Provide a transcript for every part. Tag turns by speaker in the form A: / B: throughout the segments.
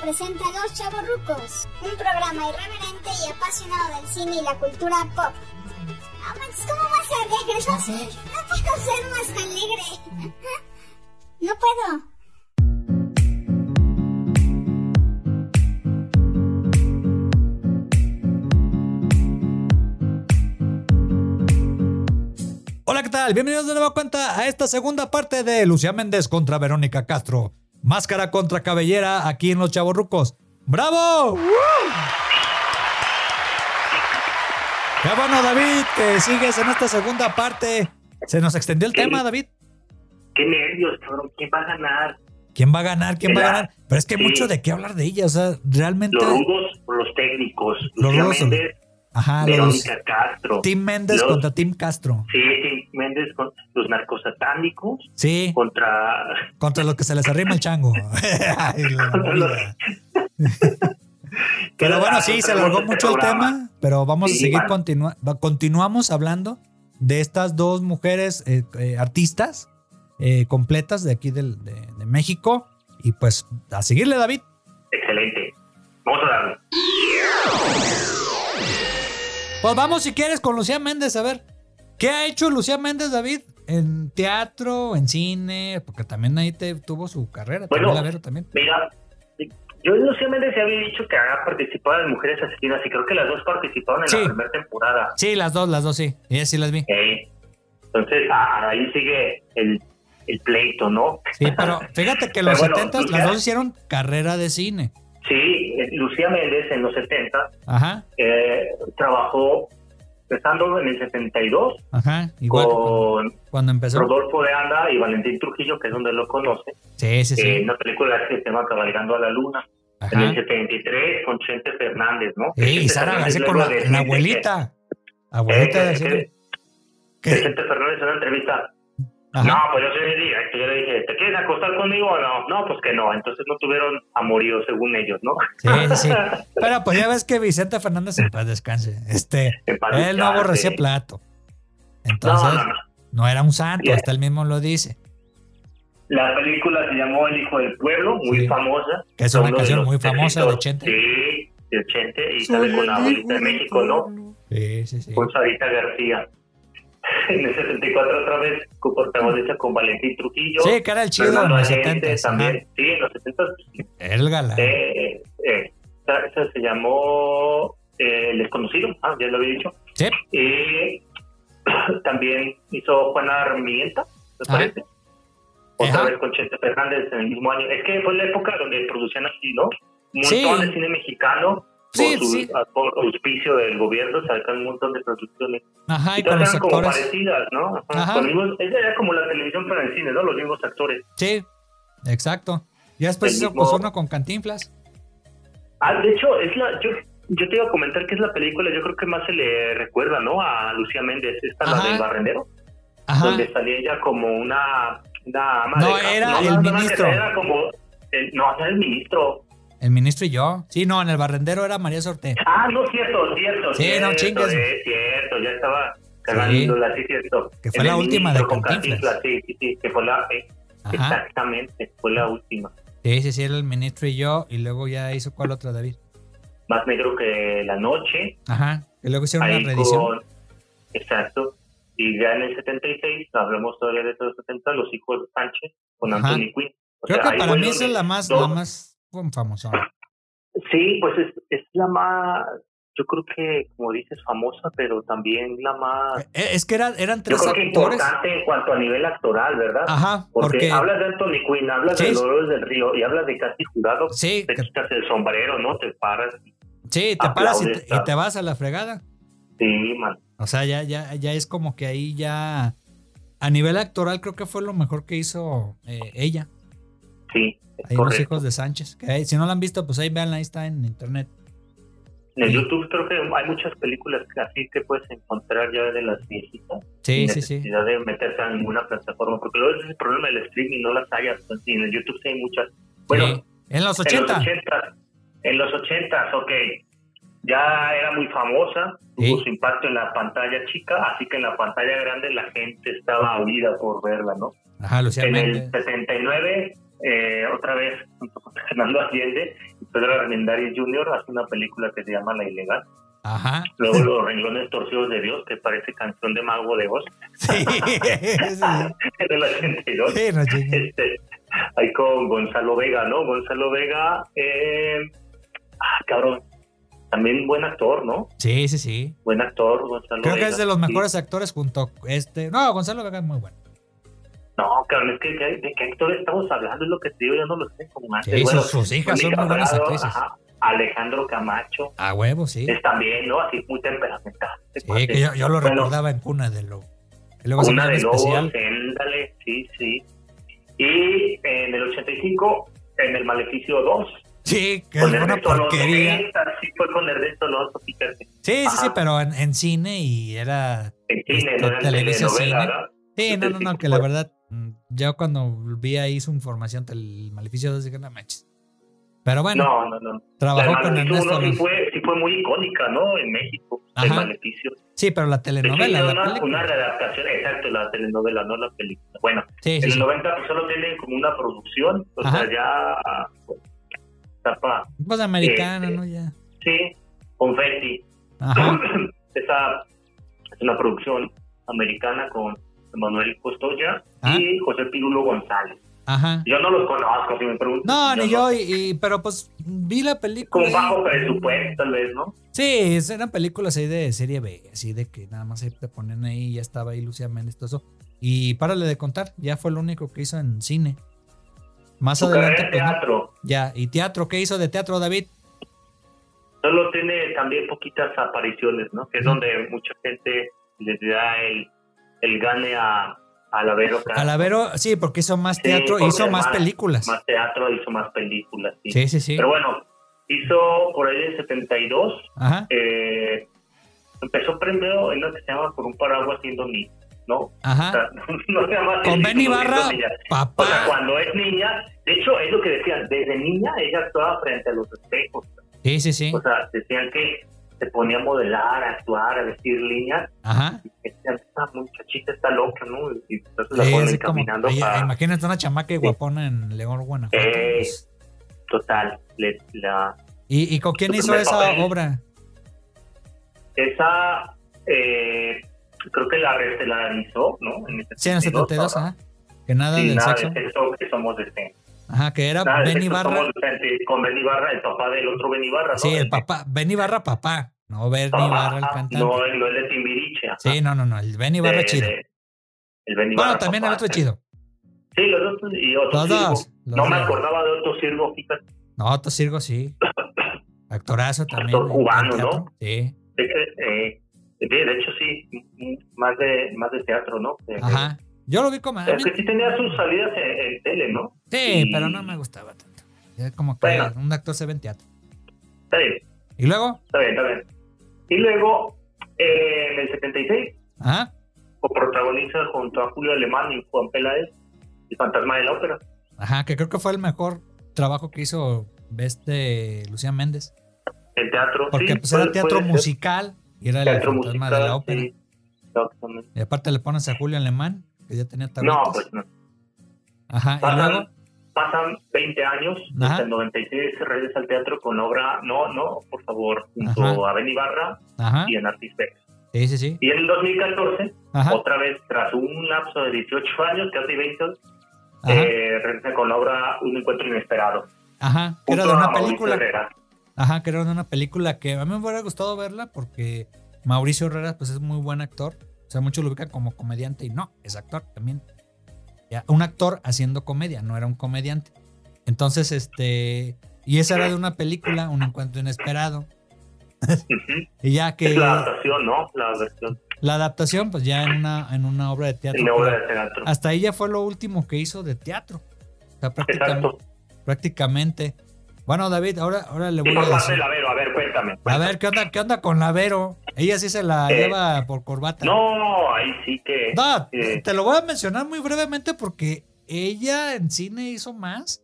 A: presenta Los Chavorrucos, un programa irreverente y apasionado del cine y la cultura pop. Ah, Max, ¿Cómo vas a alegre? No, no puedo ser más alegre. No puedo.
B: Hola, ¿qué tal? Bienvenidos de nueva cuenta a esta segunda parte de Lucía Méndez contra Verónica Castro. Máscara contra cabellera aquí en Los Chavorrucos. ¡Bravo! Ya bueno, David, que sigues en esta segunda parte. Se nos extendió el tema, David.
C: Qué nervios, cabrón. ¿Quién va a ganar?
B: ¿Quién va a ganar? ¿Quién va a
C: Era-
B: ganar? Pero es que hay
C: sí.
B: mucho de qué hablar de ella. O sea, realmente.
C: ¿Los rudos o los técnicos?
B: Los
C: Lucía
B: rudos o-
C: Méndez,
B: Ajá, los.
C: Verónica Castro.
B: Team Méndez
C: los-
B: contra Team Castro.
C: Sí, Tim Méndez con los narcosatánicos
B: Sí,
C: contra...
B: contra los que se les arrima el chango. Ay, la
C: Contra los-
B: vida. Pero bueno, sí, se alargó mucho el tema, pero vamos a
C: Sí,
B: seguir,
C: bueno.
B: continua- va- continuamos hablando de estas dos mujeres eh, eh, artistas eh, completas de aquí del- de, de México. Y pues a seguirle, David.
C: Excelente. Vamos a darle.
B: Pues vamos, si quieres, con Lucía Méndez, a ver. ¿Qué ha hecho Lucía Méndez, David? En teatro, en cine, porque también ahí te, tuvo su carrera.
C: Bueno.
B: también la Vero también.
C: Mira, yo inicialmente se había dicho que había participado en Mujeres Asesinas y creo que las dos participaron en
B: Sí.
C: la primera temporada.
B: Sí, las dos, las dos, sí. Ellas sí las vi.
C: ¿eh? Entonces, ah, ahí sigue el, el pleito, ¿no?
B: Sí, pero fíjate que en
C: Pero
B: los
C: bueno, pues
B: 70
C: Lucía-
B: las dos hicieron carrera de cine.
C: Sí, eh, Lucía Méndez en los 70
B: Ajá,
C: eh, trabajó, empezando en el 72,
B: ajá. Igual que cuando,
C: con
B: cuando empezó.
C: Rodolfo de Anda y Valentín Trujillo, que es donde lo conoce,
B: Sí, sí,
C: eh, en
B: sí.
C: una película que se llama Cabalgando a la Luna. En
B: Ajá.
C: el 73, con Chente Fernández, ¿no?
B: Sí, y
C: Chente
B: Sara
C: Fernández
B: García con
C: luego
B: la,
C: de-
B: la
C: de-
B: abuelita.
C: que-
B: Abuelita de
C: Eh, que-
B: cine.
C: que
B: ¿Qué?
C: Chente Fernández en una entrevista. No,
B: Ajá.
C: pues yo soy directo. Yo le dije, ¿te quieres acostar conmigo o no? No, pues que no. Entonces no tuvieron amorío, según ellos, ¿no?
B: Sí, sí, sí. Pero pues ya ves que Vicente Fernández en paz descanse. Este,
C: En paz
B: él no
C: descanse.
B: aborrecía ¿eh? plato.
C: No,
B: Entonces,
C: no, no.
B: no era un santo,
C: Yeah.
B: hasta él mismo lo dice.
C: La película se llamó El Hijo del Pueblo, muy
B: Sí.
C: famosa.
B: Que es una
C: Uno de
B: canción
C: los
B: muy famosa de
C: éxitos.
B: Chente.
C: Sí, de Chente. Y sale con la abuelita de México, ¿no?
B: Sí, sí, sí.
C: Con Sarita García. En el 74 otra vez, con protagonista con Valentín Trujillo.
B: Sí, que era el chido en
C: Fernando
B: los Ah.
C: Allende
B: 70
C: eh, también. Sí, en los 70
B: El galán.
C: eh, eh, esa- esa se llamó eh, El Desconocido, ah, ya lo había dicho.
B: Sí.
C: Eh, también hizo Juana Armienta, me
B: Ajá.
C: parece. Otra
B: Ajá.
C: vez con Chente Fernández en el mismo año. Es que fue la época donde producían así, ¿no? Un
B: Sí.
C: montón de cine mexicano.
B: Sí,
C: por, su-
B: sí.
C: a- por auspicio del gobierno sacan un montón de producciones.
B: Ajá, y
C: y
B: con
C: todas
B: los
C: eran como
B: actores.
C: parecidas, ¿no? Ajá,
B: Ajá.
C: con mismos- esa era como la televisión para el cine, ¿no? Los mismos actores.
B: Sí, exacto. Ya después
C: El
B: hizo
C: mismo-
B: pues, uno con Cantinflas.
C: Ah, de hecho, es la, yo, yo te iba a comentar que es la película, yo creo que más se le recuerda, ¿no? A Lucía Méndez, esta la
B: Ajá.
C: del barrendero,
B: Ajá.
C: donde salía ella como una, una ama
B: No,
C: de casa.
B: era el
C: que
B: ministro.
C: Era como, el- no, no era el ministro.
B: El ministro y yo. Sí, no, en el barrendero era María Sorte.
C: Ah, no, cierto, cierto.
B: Sí,
C: cierto,
B: no, chingues.
C: Es cierto, ya estaba
B: Sí.
C: ganándola, sí, cierto.
B: Que fue
C: En
B: la
C: el
B: última
C: ministro
B: de
C: con
B: Cantinflas.
C: Cantinflas, Sí, sí, sí, que fue la, eh,
B: Ajá.
C: exactamente, fue la última.
B: Sí, sí, sí, era el ministro y yo. Y luego ya hizo cuál otra, David.
C: Más negro que la noche.
B: Ajá. Y luego hicieron una
C: ahí
B: reedición.
C: con- exacto. Y ya en el 76, hablamos todavía de los 70, los hijos de Sánchez con
B: Ajá.
C: Anthony Quinn. O
B: Creo
C: sea,
B: que
C: ahí
B: para
C: fue
B: mí esa es
C: donde
B: la más,
C: dos-
B: la más bueno, famosona.
C: Sí, pues es, es la más, yo creo que, como dices, famosa, pero también la más,
B: Eh, Es que era- eran
C: yo
B: tres
C: creo que
B: actores.
C: importante en cuanto a nivel actoral, ¿verdad?
B: Ajá,
C: porque,
B: porque.
C: hablas de Anthony Quinn, hablas
B: Sí.
C: de Dolores del Río y hablas de Casi Jurado, pues,
B: Sí,
C: te
B: que-
C: quitas el sombrero, ¿no? Te paras.
B: sí, te paras y
C: aplaudes,
B: te, y te vas a la fregada.
C: Sí, man.
B: O sea, ya, ya, ya es como que ahí ya. A nivel actoral, creo que fue lo mejor que hizo eh, ella.
C: Sí, es
B: Ahí los
C: correcto.
B: hijos de Sánchez. Que ahí, si no la han visto, pues ahí veanla, ahí está en internet.
C: En el YouTube creo que hay muchas películas que así que puedes encontrar ya de las viejitas.
B: Sí,
C: sin
B: sí, sí.
C: necesidad de meterse a ninguna plataforma. Porque luego ese es el problema del streaming, no las hayas. pues, Y en el YouTube sí hay muchas. Bueno,
B: Sí. En los
C: en los
B: 80.
C: 80. En los 80, ok. Ya era muy famosa, tuvo
B: Sí.
C: su impacto en la pantalla chica, así que en la pantalla grande la gente estaba unida por verla, ¿no?
B: Ajá, Lucía
C: en
B: Méndez.
C: el 79, eh, otra vez junto con Fernando Allende, hizo Pedro Armendáriz Jr. hace una película que se llama La Ilegal.
B: Ajá.
C: Luego Los Renglones Torcidos de Dios, que parece canción de Mago de Oz,
B: Sí. sí.
C: en el 82.
B: Sí, no chingues.
C: Este, ahí con Gonzalo Vega, ¿no? Gonzalo Vega, eh, ah, cabrón, también buen actor, ¿no?
B: Sí, sí, sí.
C: Buen actor, Gonzalo
B: Creo
C: Vega,
B: que es de los
C: sí.
B: mejores actores junto a este. No, Gonzalo Vega es muy bueno.
C: No, cabrón, es que ¿de- de qué actor estamos hablando, es lo que te digo, yo no lo sé como antes.
B: Sí,
C: Ah, Bueno,
B: sus, sus hijas son
C: Mónica
B: muy buenas
C: Bravo,
B: actrices.
C: ajá, Alejandro Camacho
B: A huevo, sí.
C: es también, ¿no? Así muy temperamental.
B: Sí, que yo, yo lo
C: Bueno.
B: recordaba en Cuna del Lobo. Que luego
C: Una
B: sacaron
C: de lobos,
B: especial.
C: ándale, sí, sí. Y en el 85, en el Maleficio 2,
B: Sí, que
C: con
B: es una
C: Ernesto Alonso.
B: porquería.
C: Esta Sí, fue con Ernesto Alonso, fíjate.
B: Sí, sí, sí,
C: Ajá.
B: pero en, en cine y era.
C: En cine,
B: Este,
C: no era
B: Televisa,
C: telenovela,
B: cine.
C: ¿verdad?
B: Sí,
C: Sí,
B: no,
C: sí,
B: no,
C: sí,
B: no,
C: sí,
B: que la
C: fue.
B: verdad, mm, yo cuando vi ahí su información del maleficio 2, dije, no manches. Pero bueno,
C: No, no, no. La
B: trabajó
C: del
B: con
C: Maleficio
B: Ernesto
C: 1 sí
B: Alonso.
C: fue, sí fue muy icónica, ¿no? En México, el
B: Ajá.
C: Maleficio.
B: Sí, pero la
C: De hecho,
B: telenovela,
C: hicieron
B: la
C: una,
B: película.
C: una readaptación, exacto, la telenovela, no la película. Bueno,
B: Sí,
C: en
B: sí,
C: el
B: sí.
C: 90 pues, solo tienen como una producción, o
B: Ajá.
C: sea, ya... pues, tapa,
B: Pues americana,
C: Este,
B: ¿no? Ya.
C: sí, confetti.
B: Ajá.
C: Esa es una producción americana con Manuel Costoya
B: Ah.
C: y José Pirulo González.
B: Ajá.
C: Yo no los conozco, si me preguntan.
B: No, ni yo, y, y- pero pues vi la película.
C: Con
B: y-
C: bajo presupuesto, tal vez, ¿no?
B: Sí, es- eran películas ahí de serie B, así de que nada más ahí te ponen ahí, ya estaba ahí Lucía Méndez, todo eso. Y párale de contar, ya fue lo único que hizo en cine. Más
C: Su carrera
B: adelante, pues,
C: de
B: no.
C: teatro.
B: ya. ¿Y teatro? ¿Qué hizo de teatro, David?
C: Solo tiene también poquitas apariciones, ¿no? Que es donde mucha gente les da el, el gane a, a la Vero Castro.
B: Alavero, sí, porque hizo más
C: Sí,
B: teatro,
C: porque
B: hizo más
C: más-
B: películas.
C: Más teatro, hizo más películas. Sí.
B: sí, sí, sí.
C: Pero bueno, hizo por ahí en 72
B: Ajá,
C: eh, empezó primero en lo que se llama Por un paraguas siendo niña, ¿no? O
B: ajá.
C: sea, no se llama así,
B: Con Benny
C: siendo
B: Barra,
C: niña. O sea,
B: papá.
C: cuando es niña, de hecho es lo que decían, desde niña ella actuaba frente a los espejos,
B: Sí, sí, sí.
C: o sea, decían que se ponía a modelar, a actuar, a vestir líneas,
B: Ajá.
C: y decían, esta muchachita está loca, ¿no? Y entonces la
B: Sí,
C: ponen
B: así como-
C: caminando
B: ella-
C: para...
B: Imagínate una chamaca y guapona en León, Guanajuato.
C: Eh.
B: pues.
C: Total, le- la,
B: ¿Y, y con quién
C: Su
B: hizo
C: primer
B: esa
C: papel.
B: obra?
C: esa eh, creo que la restelarizó, ¿no? En el
B: Sí, en el 72,
C: ajá.
B: ajá. Que nada
C: Sí,
B: del
C: nada
B: sexo. Ah,
C: de sexo que somos decentes.
B: Ajá, que era
C: Nada de
B: Benny
C: sexo,
B: Barra.
C: somos decentes. Con Benny Barra, el papá del otro Benny Barra, ¿no?
B: Sí, el
C: Este,
B: papá. Benny Barra, papá. No, Benny
C: papá,
B: Barra, el
C: ajá,
B: cantante.
C: No, el, no el de Timbiriche. ajá.
B: sí, no, no, no. El Benny Barra
C: De-
B: chido.
C: de- el Benny
B: Bueno,
C: Barra,
B: también el
C: papá,
B: otro
C: sí.
B: chido.
C: Sí, los dos y otro
B: Los
C: circo.
B: dos. los
C: No me
B: dos.
C: acordaba de otro circo, fíjate.
B: No, otro circo, sí. Actorazo también.
C: Actor
B: en
C: cubano,
B: teatro.
C: ¿no?
B: Sí.
C: De, eh, de, de hecho, sí, m- más de, más de teatro, ¿no? De-
B: Ajá. Yo lo vi como. a
C: Es
B: mí-
C: que sí tenía sus salidas en, en tele, ¿no?
B: Sí, pero no me gustaba tanto. Es como que
C: Bueno.
B: un actor se ve en teatro.
C: Está bien.
B: Y luego,
C: Está bien, está bien. Y luego, eh, en el 76,
B: ajá.
C: coprotagoniza junto a Julio Alemán y Juan Peláez El Fantasma de la Ópera.
B: Ajá, que creo que fue el mejor trabajo que hizo este Lucía Méndez.
C: El teatro.
B: Porque
C: sí,
B: pues era
C: puede-
B: teatro
C: puede ser.
B: musical y era el
C: Teatro
B: fantasma de
C: musical,
B: la ópera.
C: sí, exactamente.
B: Y aparte le pones a Julio Alemán, que ya tenía
C: No,
B: tablitas.
C: pues no.
B: Ajá, y
C: Pasan,
B: luego,
C: pasan 20 años,
B: Ajá.
C: hasta el 96 se regresa al teatro con obra, no, no, por favor, junto
B: Ajá.
C: a Benny Barra
B: ajá,
C: y en Artisfex.
B: sí, sí, sí,
C: Y en el 2014,
B: ajá,
C: otra vez, tras un lapso de 18 años, casi 20,
B: ajá,
C: eh, regresa con la obra Un Encuentro Inesperado.
B: ajá, que era de
C: Junto a
B: una
C: Mauricio
B: película,
C: Herrera.
B: ajá, que era de una película que a mí me hubiera gustado verla porque Mauricio Herrera pues es muy buen actor, o sea, muchos lo ubican como comediante y no, es actor también, Ya, un actor haciendo comedia, no era un comediante, entonces este, y esa era de una película, un encuentro inesperado,
C: Ujú.
B: y ya que
C: Es la adaptación, ¿no? La adaptación
B: la adaptación pues ya en una, en una obra de teatro. Ah,
C: en la obra
B: pero-
C: de teatro.
B: Hasta ella fue lo último que hizo de teatro. O sea, prácticamente.
C: Exacto.
B: prácticamente. Bueno, David, ahora, ahora le
C: Y
B: voy
C: por
B: a
C: parte de
B: decir.
C: la Vero, a ver, cuéntame.
B: A
C: cuéntame.
B: ver, ¿qué onda, ¿qué onda con la Vero? Ella sí se la
C: Eh,
B: lleva por corbata.
C: No, ahí sí que.
B: No,
C: eh.
B: te lo voy a mencionar muy brevemente porque ella en cine hizo más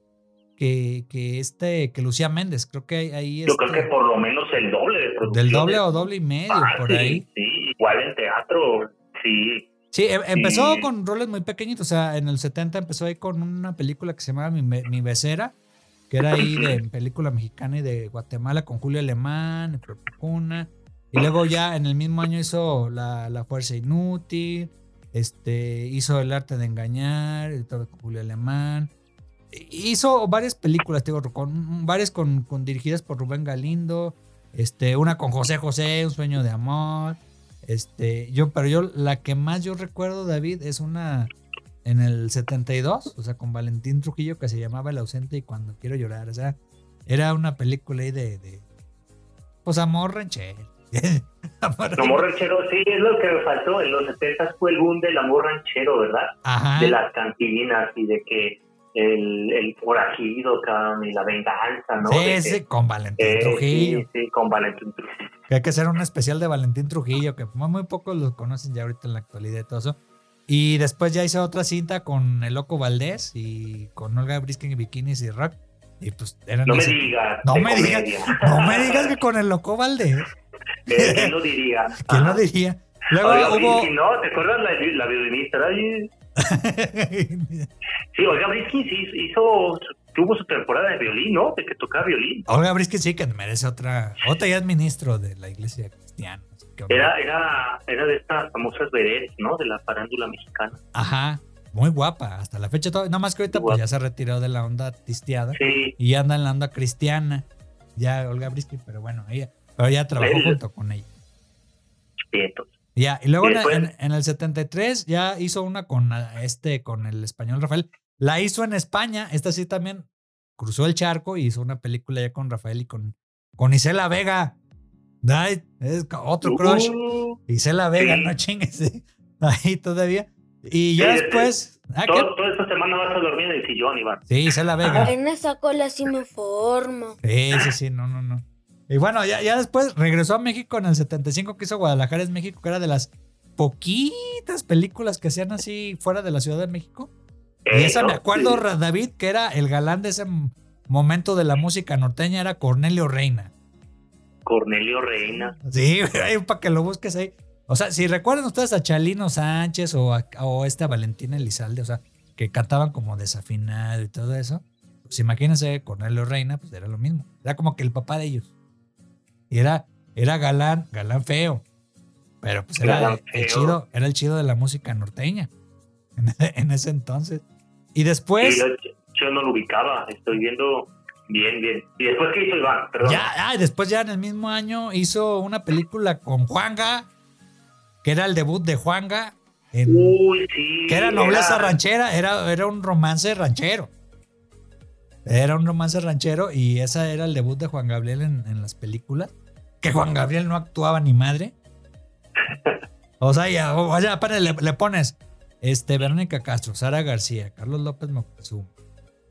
B: que, que este, que Lucía Méndez. Creo que ahí- ahí
C: yo creo
B: este,
C: que por lo menos el doble de producción.
B: del doble o doble y medio,
C: Ah,
B: por
C: sí,
B: ahí.
C: Sí, igual en teatro. Sí.
B: Sí, em- empezó
C: Sí.
B: con roles muy pequeñitos. O sea, en el 70 empezó ahí con una película que se llamaba Mi, Be- Mi Becera, que era ahí de en película mexicana y de Guatemala con Julio Alemán, Procuna. Y luego ya en el mismo año hizo La, la Fuerza Inútil, este, hizo El Arte de Engañar, el con Julio Alemán. Hizo varias películas, te digo, con, varias con, con dirigidas por Rubén Galindo, este, una con José José, Un Sueño de Amor. Este, yo, pero yo, la que más yo recuerdo, David, es una en el 72, o sea, con Valentín Trujillo que se llamaba El ausente y cuando quiero llorar, o sea, era una película ahí de, de pues amor ranchero.
C: amor amor ranchero, sí, es lo que me faltó, en los 70 fue el boom del amor ranchero, ¿verdad?
B: Ajá.
C: De las cantinas y de que el, el forajido cabrón, y la venganza, ¿no? De
B: sí,
C: que-
B: sí, con Valentín
C: eh,
B: Trujillo.
C: sí, sí, con Valentín Trujillo.
B: Que hay que hacer un especial de Valentín Trujillo, que muy, muy pocos lo conocen ya ahorita en la actualidad y todo eso. Y después ya hice otra cinta con el Loco Valdés y con Olga Briskin y Bikinis y Rock. Y pues eran
C: No me
B: las-
C: digas.
B: No
C: de
B: me digas,
C: comedia.
B: no me digas que con el Loco Valdés.
C: Eh, ¿Quién lo diría?
B: ¿Quién lo
C: Ajá.
B: diría? Luego
C: Oiga,
B: hubo.
C: Briskin, ¿no? ¿Te acuerdas la, la violinista? Ay, Sí, Olga Briskin sí hizo, tuvo su temporada de violín, ¿no? De que tocaba violín.
B: Olga Briskin sí que merece otra. Otra ya es ministro de la iglesia cristiana. así que-
C: Era, era, era de estas famosas veredas, ¿no? De la farándula mexicana.
B: Ajá. Muy guapa. Hasta la fecha todo. Nada más que ahorita
C: Muy
B: pues
C: guapa.
B: ya se retiró de la onda artisteada.
C: Sí,
B: y ya anda en la onda cristiana, ya Olga Briskin, pero bueno, ella, pero ya trabajó
C: Bueno.
B: junto con ella.
C: sí, entonces.
B: Y Ya, y luego
C: Y
B: en-
C: después-
B: en, en el 73 ya hizo una con ah, este, con el español Rafael. La hizo en España, esta sí también cruzó el charco y hizo una película ya con Rafael y con, con Isela Vega. Ay, es co- otro crush.
C: Uh,
B: Isela Vega,
C: Sí.
B: no chingues. eh. Ahí todavía. Y ya
C: Sí, sí.
B: después. ah, ¿qué?
C: todo- toda esta semana vas a dormir en el sillón, Iván.
B: Sí, Isela Vega.
D: En esa cola sí me formo.
B: Sí, sí, sí, no, no, no. Y bueno, ya, ya después regresó a México en el 75 que hizo Guadalajara es México, que era de las poquitas películas que hacían así fuera de la Ciudad de México. Y
C: Eh,
B: esa me
C: ¿no?
B: acuerdo, Ra- David, que era el galán de ese m- momento de la música norteña, era Cornelio Reina.
C: Cornelio Reina.
B: Sí, para que lo busques ahí. O sea, si recuerdan ustedes a Chalino Sánchez o a, o esta Valentina Elizalde, o sea, que cantaban como desafinado y todo eso, pues imagínense Cornelio Reina, pues era lo mismo. Era como que el papá de ellos. Y era, era galán, galán feo. Pero pues era
C: Galán
B: el
C: feo.
B: chido, era el chido de la música norteña en, en ese entonces. Y
C: Sí,
B: después,
C: yo, yo no lo ubicaba. Estoy viendo bien, bien. ¿Y después qué hizo Iván? Perdón.
B: ya, ah, después ya en el mismo año hizo una película con Juanga, que era el debut de Juanga. en-
C: Uy, sí.
B: que era nobleza
C: era-
B: ranchera, era, era un romance ranchero. Era un romance ranchero y esa era el debut de Juan Gabriel en, en las películas. Que Juan Gabriel no actuaba ni madre. O sea, ya, o sea, aparte le, le pones este, Verónica Castro, Sara García, Carlos López Moctezuma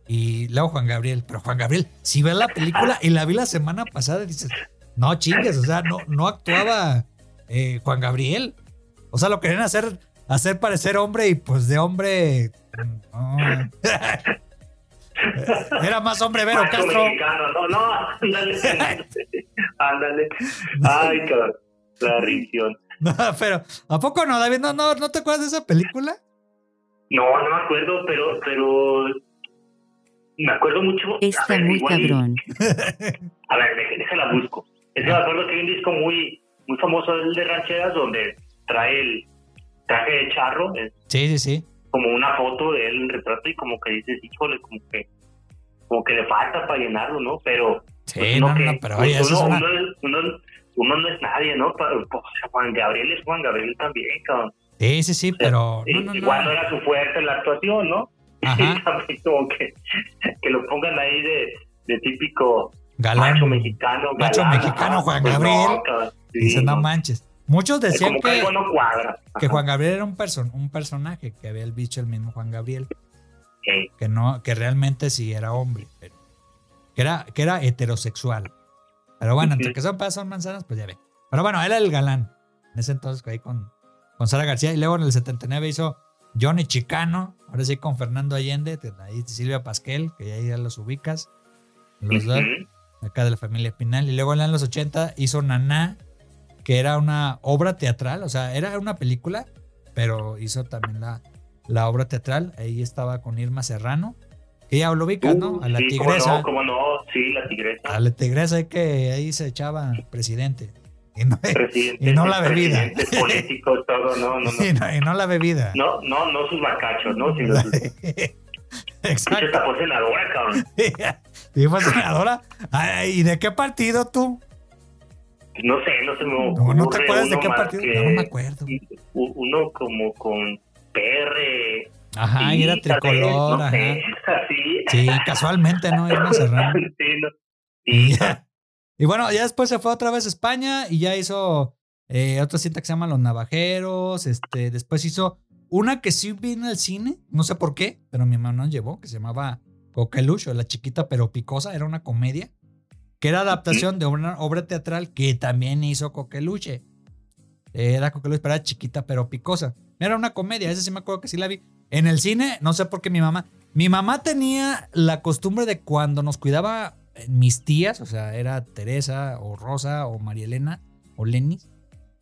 B: y luego Juan Gabriel. Pero Juan Gabriel, si ves la película y la vi la semana pasada, dices, no chingues, o sea, no, no actuaba eh, Juan Gabriel. O sea, lo querían hacer, hacer parecer hombre y pues de hombre. no. Era más hombre Vero
C: Maestro
B: Castro.
C: mexicano. No, no, ándale. ándale. Ay, cabrón. La risión.
B: No, pero, ¿a poco no, David? No, no, ¿no te acuerdas de esa película?
C: No, no me acuerdo, pero, pero me acuerdo mucho. a
E: Está
C: ver,
E: Este muy
C: igual-
E: cabrón. Ah.
C: A ver, dej- déjala busco. Es que me acuerdo que hay un disco muy, muy famoso el de rancheras donde trae el traje de charro, es
B: Sí, sí, sí.
C: como una foto de él en retrato y como que dices, híjole, como que, como que le falta para llenarlo, ¿no? Pero
B: Sí, no,
C: Pues que-
B: no, pero oye, eso
C: uno,
B: es una-
C: uno, es- uno- uno no es nadie, ¿no? Pa- o sea, Juan Gabriel es Juan Gabriel también, cabrón.
B: Sí, sí, sí, pero. No, no,
C: Igual no,
B: no.
C: era su fuerte la actuación, ¿no?
B: Ajá,
C: También como que, que lo pongan ahí de, de típico
B: galán.
C: macho mexicano.
B: Macho
C: galán,
B: mexicano,
C: ajá,
B: Juan Gabriel.
C: cabrón, sí,
B: Dice, no
C: no.
B: manches. Muchos
C: Es
B: decían
C: como que
B: que,
C: algo no cuadra.
B: que
C: Ajá,
B: Juan Gabriel era un, person, un personaje que había el bicho el mismo Juan Gabriel.
C: ok.
B: que no que realmente sí era hombre pero que era que era heterosexual pero bueno entre
C: Ujú.
B: que son pasas son manzanas pues ya ve pero bueno él era el galán en ese entonces ahí con con Sara García y luego en el 79 hizo Johnny Chicano ahora sí con Fernando Allende que ahí Silvia Pasquel que ahí ya los ubicas los dos
C: Ujú.
B: acá de la familia Pinal y luego en los 80 hizo Naná que era una obra teatral o sea era una película pero hizo también la la obra teatral ahí estaba con Irma Serrano Que ya lo ubicas, ¿no? A la
C: sí, cómo
B: tigresa.
C: no, cómo no, sí, la tigresa.
B: A la tigresa es que ahí se echaba presidente. Y no,
C: Presidentes,
B: y no la bebida.
C: presidentes políticos, todo, no, no, no.
B: y no- y no la bebida.
C: No, no, no sus bacachos, ¿no? Sino sus pinche
B: Exacto.
C: tapó senadora, cabrón.
B: Y fue senadora. Ay, ¿Y de qué partido tú?
C: No sé, no se me
B: No, ¿no te
C: ocurre
B: acuerdas de
C: uno
B: qué
C: más
B: partido.
C: que
B: No, no me acuerdo.
C: u- Uno como con PR.
B: Ajá, y Ah, era
C: tal vez,
B: tricolor.
C: No
B: ajá.
C: sé, así.
B: Sí, casualmente, ¿no? Irma Serrano.
C: Sí, no.
B: Y,
C: Sí,
B: ya. Y bueno, ya después se fue otra vez a España y ya hizo eh, otra cinta que se llama Los Navajeros. Este, después hizo una que sí vino al cine, no sé por qué, pero mi mamá nos llevó, que se llamaba Coquelucho, la chiquita pero picosa, era una comedia, que era adaptación de una obra teatral que también hizo Coqueluche. Era Coqueluche, pero era chiquita pero picosa. Era una comedia, esa sí me acuerdo que sí la vi. En el cine, no sé por qué mi mamá, mi mamá tenía la costumbre de cuando nos cuidaba eh, mis tías, o sea, era Teresa o Rosa o María Elena o Lenis,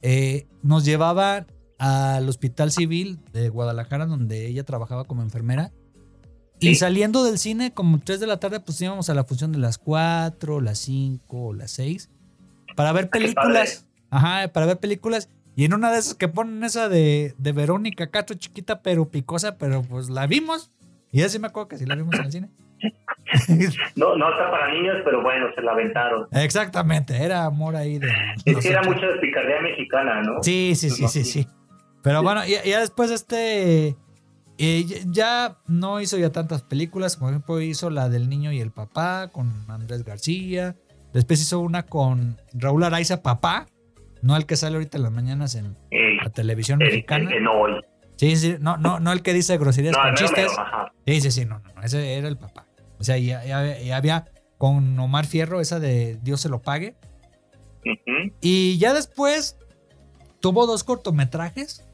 B: eh, nos llevaban al Hospital Civil de Guadalajara, donde ella trabajaba como enfermera. Y
C: Sí.
B: saliendo del cine, como 3 de la tarde, pues íbamos a la función de las 4, las 5 o las 6 para ver
C: Ah, qué
B: películas. Ajá, para ver películas. Y en una de esas que ponen esa de, de Verónica Castro, chiquita pero picosa, pero pues la vimos. Y así me acuerdo que sí la vimos en el cine.
C: no, no está para niños, pero bueno, se la aventaron.
B: Exactamente, era amor ahí de.
C: Es
B: los
C: que era
B: ochenta.
C: mucho de picardía mexicana, ¿no?
B: Sí, sí, sí,
C: ¿no?
B: sí, sí. Pero bueno, ya, ya después este... eh, ya- ya no hizo ya tantas películas, por ejemplo hizo la del niño y el papá con Andrés García, después hizo una con Raúl Araiza Papá, no el que sale ahorita en las mañanas en
C: Ey,
B: la televisión
C: en,
B: mexicana.
C: en- Eh, en hoy.
B: Sí, sí, no, no, no el que dice groserías
C: No,
B: con
C: al menos,
B: chistes.
C: menos, ajá.
B: Sí, sí, sí, no, no, no, ese era el papá. O sea, ya, ya- ya había con Omar Fierro esa de Dios se lo pague.
C: Ujú.
B: Y ya después tuvo dos cortometrajes.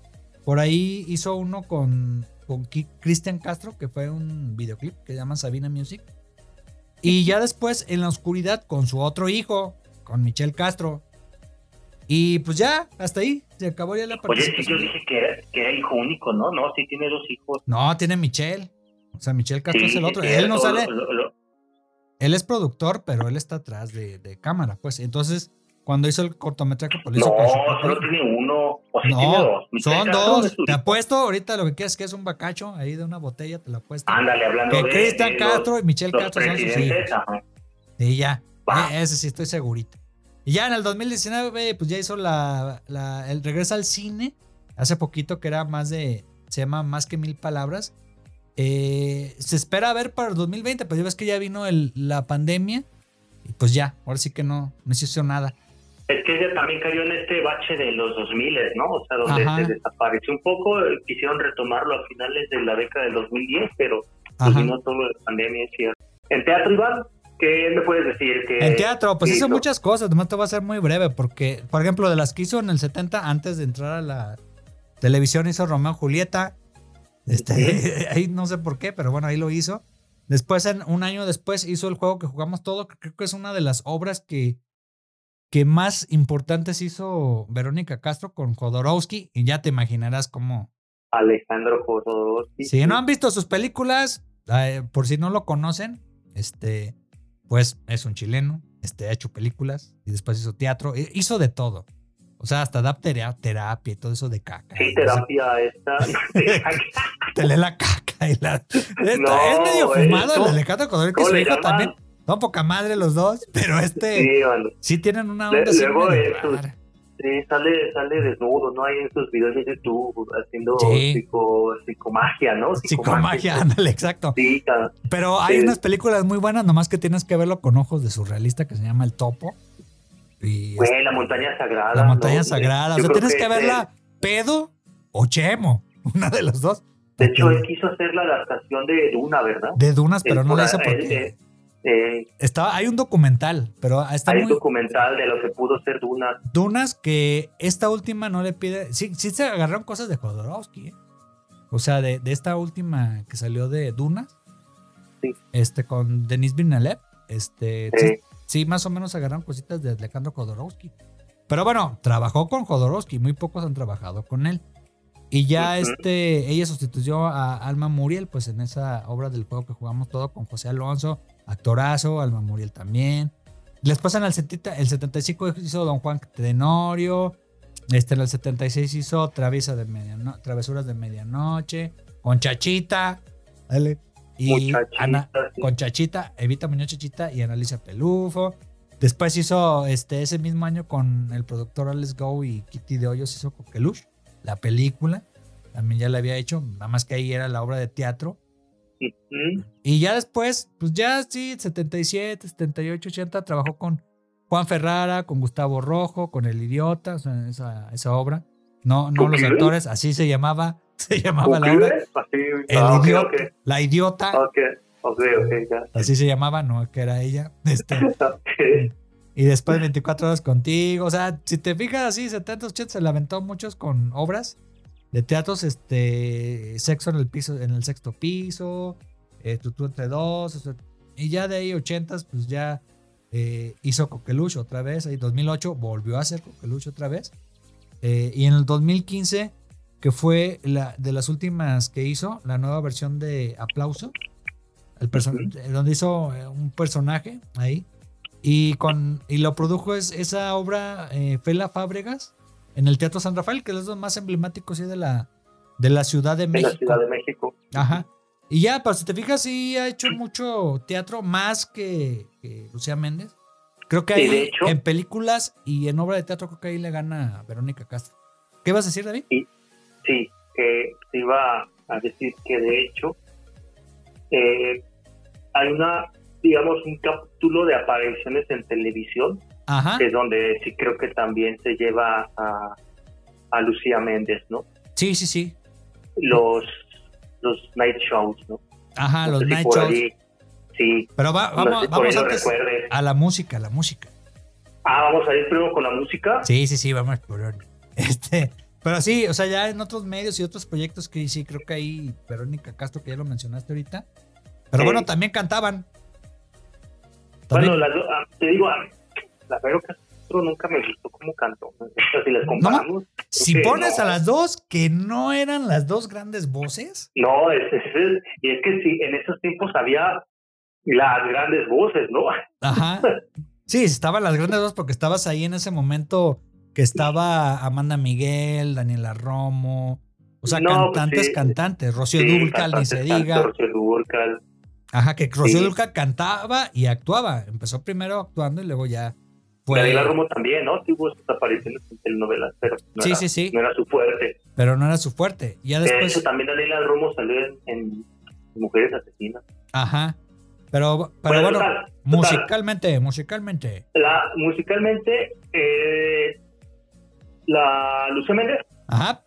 B: Por ahí hizo uno con, con Ki- Cristian Castro, que fue un videoclip que se llama Sabina Music. Y ya después en la oscuridad con su otro hijo, con Michel Castro. Y pues ya, hasta ahí, se acabó ya la
C: Oye, sí, yo
B: participación.
C: dije que era, que era hijo único, ¿no? No, sí tiene dos hijos.
B: No, tiene Michel. O sea, Michel Castro
C: Sí,
B: es el otro.
C: sí,
B: Él no
C: lo-
B: sale,
C: lo- lo-
B: él es productor, pero él está atrás de, de cámara, pues. Entonces, cuando hizo el cortometraje, pues lo hizo con su
C: no,
B: propio
C: solo
B: hijo.
C: tiene uno. O sí tiene
B: No,
C: dos. Michel
B: son
C: Castro es
B: dos.
C: su
B: Te
C: hijo.
B: apuesto ahorita lo que quieras que es un bacacho ahí de una botella, te lo apuesto.
C: Ándale, hablando
B: que
C: de.
B: Cristian
C: de los-
B: Castro y Michelle
C: los
B: Castro son sus hijos.
C: presidentes. ajá.
B: Y ya.
C: Va.
B: Eh, ese sí estoy segurito. Y ya en el 2019, pues ya hizo la, la- el regreso al cine. Hace poquito que era más de. Se llama Más que Mil Palabras. Eh, se espera ver para el 2020, pero ya ves que ya vino el- la pandemia. Y pues ya, ahora sí que no, no se hizo nada.
C: Es que ella también cayó en este bache de los 2000, ¿no? O sea, donde
B: Ajá.
C: se desapareció un poco. eh, Quisieron retomarlo a finales de la década del 2010, pero pues,
B: Ajá.
C: vino todo lo de la pandemia, es cierto. En teatro, Iván, ¿qué me puedes decir? Que,
B: En teatro, pues
C: sí,
B: hizo
C: lo-
B: muchas cosas, nomás te voy a ser muy breve, porque, por ejemplo, de las que hizo en el 70, antes de entrar a la televisión, hizo Romeo y Julieta. Este, ahí no sé por qué, pero bueno, ahí lo hizo. Después, en, un año después, hizo el juego que jugamos todo, que creo que es una de las obras que, que más importantes hizo Verónica Castro con Jodorowsky, y ya te imaginarás cómo.
C: Alejandro Jodorowsky.
B: Si no han visto sus películas, eh, por si no lo conocen, este, pues es un chileno, este, ha hecho películas y después hizo teatro, eh, hizo de todo. O sea, hasta da terea- terapia y todo eso de caca.
C: Sí,
B: O sea,
C: terapia esta.
B: te lee la caca y la. es medio
C: güey,
B: fumado
C: eh, ¿cómo-
B: el Alejandro Codorito y
C: ¿Cómo
B: su
C: le
B: hijo
C: llaman?
B: también. Son poca madre los dos, pero este
C: Sí, bueno,
B: sí tienen una
C: Le-
B: onda así
C: luego
B: medio
C: de sus-
B: rara.
C: sí, sale, sale desnudo, ¿no? Hay en sus videos de YouTube haciendo
B: Sí.
C: psico- psicomagia, ¿no?
B: Psicomagia, ándale, exacto.
C: Sí, ca-
B: Pero hay
C: Sí.
B: unas películas muy buenas, nomás que tienes que verlo con ojos de surrealista que se llama El Topo. Y
C: güey, la montaña sagrada.
B: La montaña
C: ¿no?
B: sagrada. O sea,
C: Yo creo
B: tienes que, verla pedo o chemo, una de las dos.
C: De, de hecho, él quiso hacer la adaptación de Duna, ¿verdad?
B: de dunas, pero
C: el
B: no la
C: pura-
B: hizo
C: el-
B: porque
C: el- Eh,
B: estaba, hay un documental, pero está
C: hay un
B: muy
C: documental de lo que pudo ser Duna.
B: dunas que esta última no le pide. Sí, sí se agarraron cosas de Jodorowsky. ¿eh? O sea, de, de esta última que salió de Dunas,
C: Sí.
B: este con Denis Villeneuve, este sí
C: Eh,
B: Sí, más o menos agarraron cositas de Alejandro Jodorowsky. Pero bueno, trabajó con Jodorowsky, muy pocos han trabajado con él. Y ya
C: Ujú.
B: este, ella sustituyó a Alma Muriel, pues en esa obra del juego que jugamos todo con José Alonso, actorazo, Alma Muriel también. Les pasan al 70, el 75 hizo Don Juan Tenorio, este en el 76 hizo Travesa de Mediano- Travesuras de Medianoche, con Chachita, dale, y
C: Muchachita,
B: Ana,
C: sí.
B: con Chachita, Evita Muñoz Chachita y Ana Alicia Pelufo. Después hizo este, ese mismo año con el productor Alex Go y Kitty de Hoyos hizo Coqueluche, la película. También ya la había hecho, nada más que ahí era la obra de teatro.
C: Ujú.
B: Y ya después, pues ya sí, 77, 78, 80, trabajó con Juan Ferrara, con Gustavo Rojo, con El Idiota, o sea, esa, esa obra. No, no los
C: ¿Coqueluche?
B: actores, así se llamaba, se llamaba la obra.
C: ¿Cumplible? Así,
B: El
C: ah, ok,
B: Idiota,
C: ok, Ah.
B: la Idiota,
C: ok, ok, ok, ya.
B: así se llamaba, no, que era ella. Este,
C: Ok.
B: Y después 24 horas contigo. O sea, si te fijas así, 70, 80 se la aventó muchos con obras de teatros, este, sexo en el piso, en el sexto piso, eh, tú, tú entre dos, o sea, y ya de ahí 80 pues ya eh, hizo Coqueluche otra vez, ahí 2008 volvió a hacer Coqueluche otra vez, Eh, y en el 2015, que fue la, de las últimas que hizo, la nueva versión de Aplauso, el perso- eh, donde hizo eh, un personaje ahí, y, con, y lo produjo es, esa obra eh, Fela Fábregas en el Teatro San Rafael, que es los más emblemáticos sí, de, la, de la Ciudad de
C: En
B: México.
C: la Ciudad de México.
B: Ajá. Y ya, pero si te fijas, sí ha hecho mucho teatro, más que, que Lucía Méndez. Creo que
C: Sí, de
B: ahí,
C: hecho.
B: en películas y en obra de teatro, creo que ahí le gana a Verónica Castro. ¿Qué vas a decir, David?
C: Sí, que te iba a decir que de hecho eh, hay una, digamos, un capítulo de apariciones en televisión,
B: Ajá.
C: que es donde sí creo que también se lleva a, a Lucía Méndez, ¿no?
B: Sí, sí, sí.
C: Los, los night shows, ¿no?
B: Ajá,
C: No
B: Ah, los
C: sé si
B: night
C: por
B: shows.
C: ahí- sí,
B: Pero va-
C: no
B: vamos,
C: sé si por ahí
B: vamos
C: lo
B: antes
C: recuerdes.
B: a la música, a la música.
C: Ah, vamos a ir primero con la música.
B: Sí, sí, sí, vamos por orden. Este, pero sí, o sea, ya en otros medios y otros proyectos que sí, creo que ahí Verónica Castro, que ya lo mencionaste ahorita. Pero
C: Sí.
B: bueno, también cantaban. También-
C: bueno, las do- ah, te digo, ah, la Vero Castro nunca me gustó cómo cantó. ¿no? O sea, si las comparamos.
B: Si
C: Sí,
B: pones
C: no.
B: a las dos que no eran las dos grandes voces,
C: No, es, es- es- y es que sí, en esos tiempos había las grandes voces, ¿no?
B: ajá. Sí, estaban las grandes voces porque estabas ahí en ese momento que estaba Amanda Miguel, Daniela Romo, o sea,
C: No, pues
B: cantantes,
C: sí.
B: cantantes, Rocío
C: Sí,
B: Dúrcal, ni se
C: cantantes,
B: diga.
C: cantor, Rocío Dúrcal.
B: Ajá, que Rocío
C: Sí.
B: Dúrcal cantaba y actuaba. Empezó primero actuando y luego ya fue.
C: Daniela Romo también, ¿no? Tuvo sus apariciones en telenovelas, pero no,
B: Sí,
C: era,
B: sí, sí.
C: no era su fuerte.
B: Pero no era su fuerte. Ya
C: de hecho,
B: después.
C: Eh, también Daniela Romo salió en, en Mujeres Asesinas.
B: Ajá. Pero, pero
C: Bueno,
B: bueno,
C: total, total.
B: musicalmente, musicalmente.
C: La, musicalmente, eh, la Lucía Méndez
B: Ajá.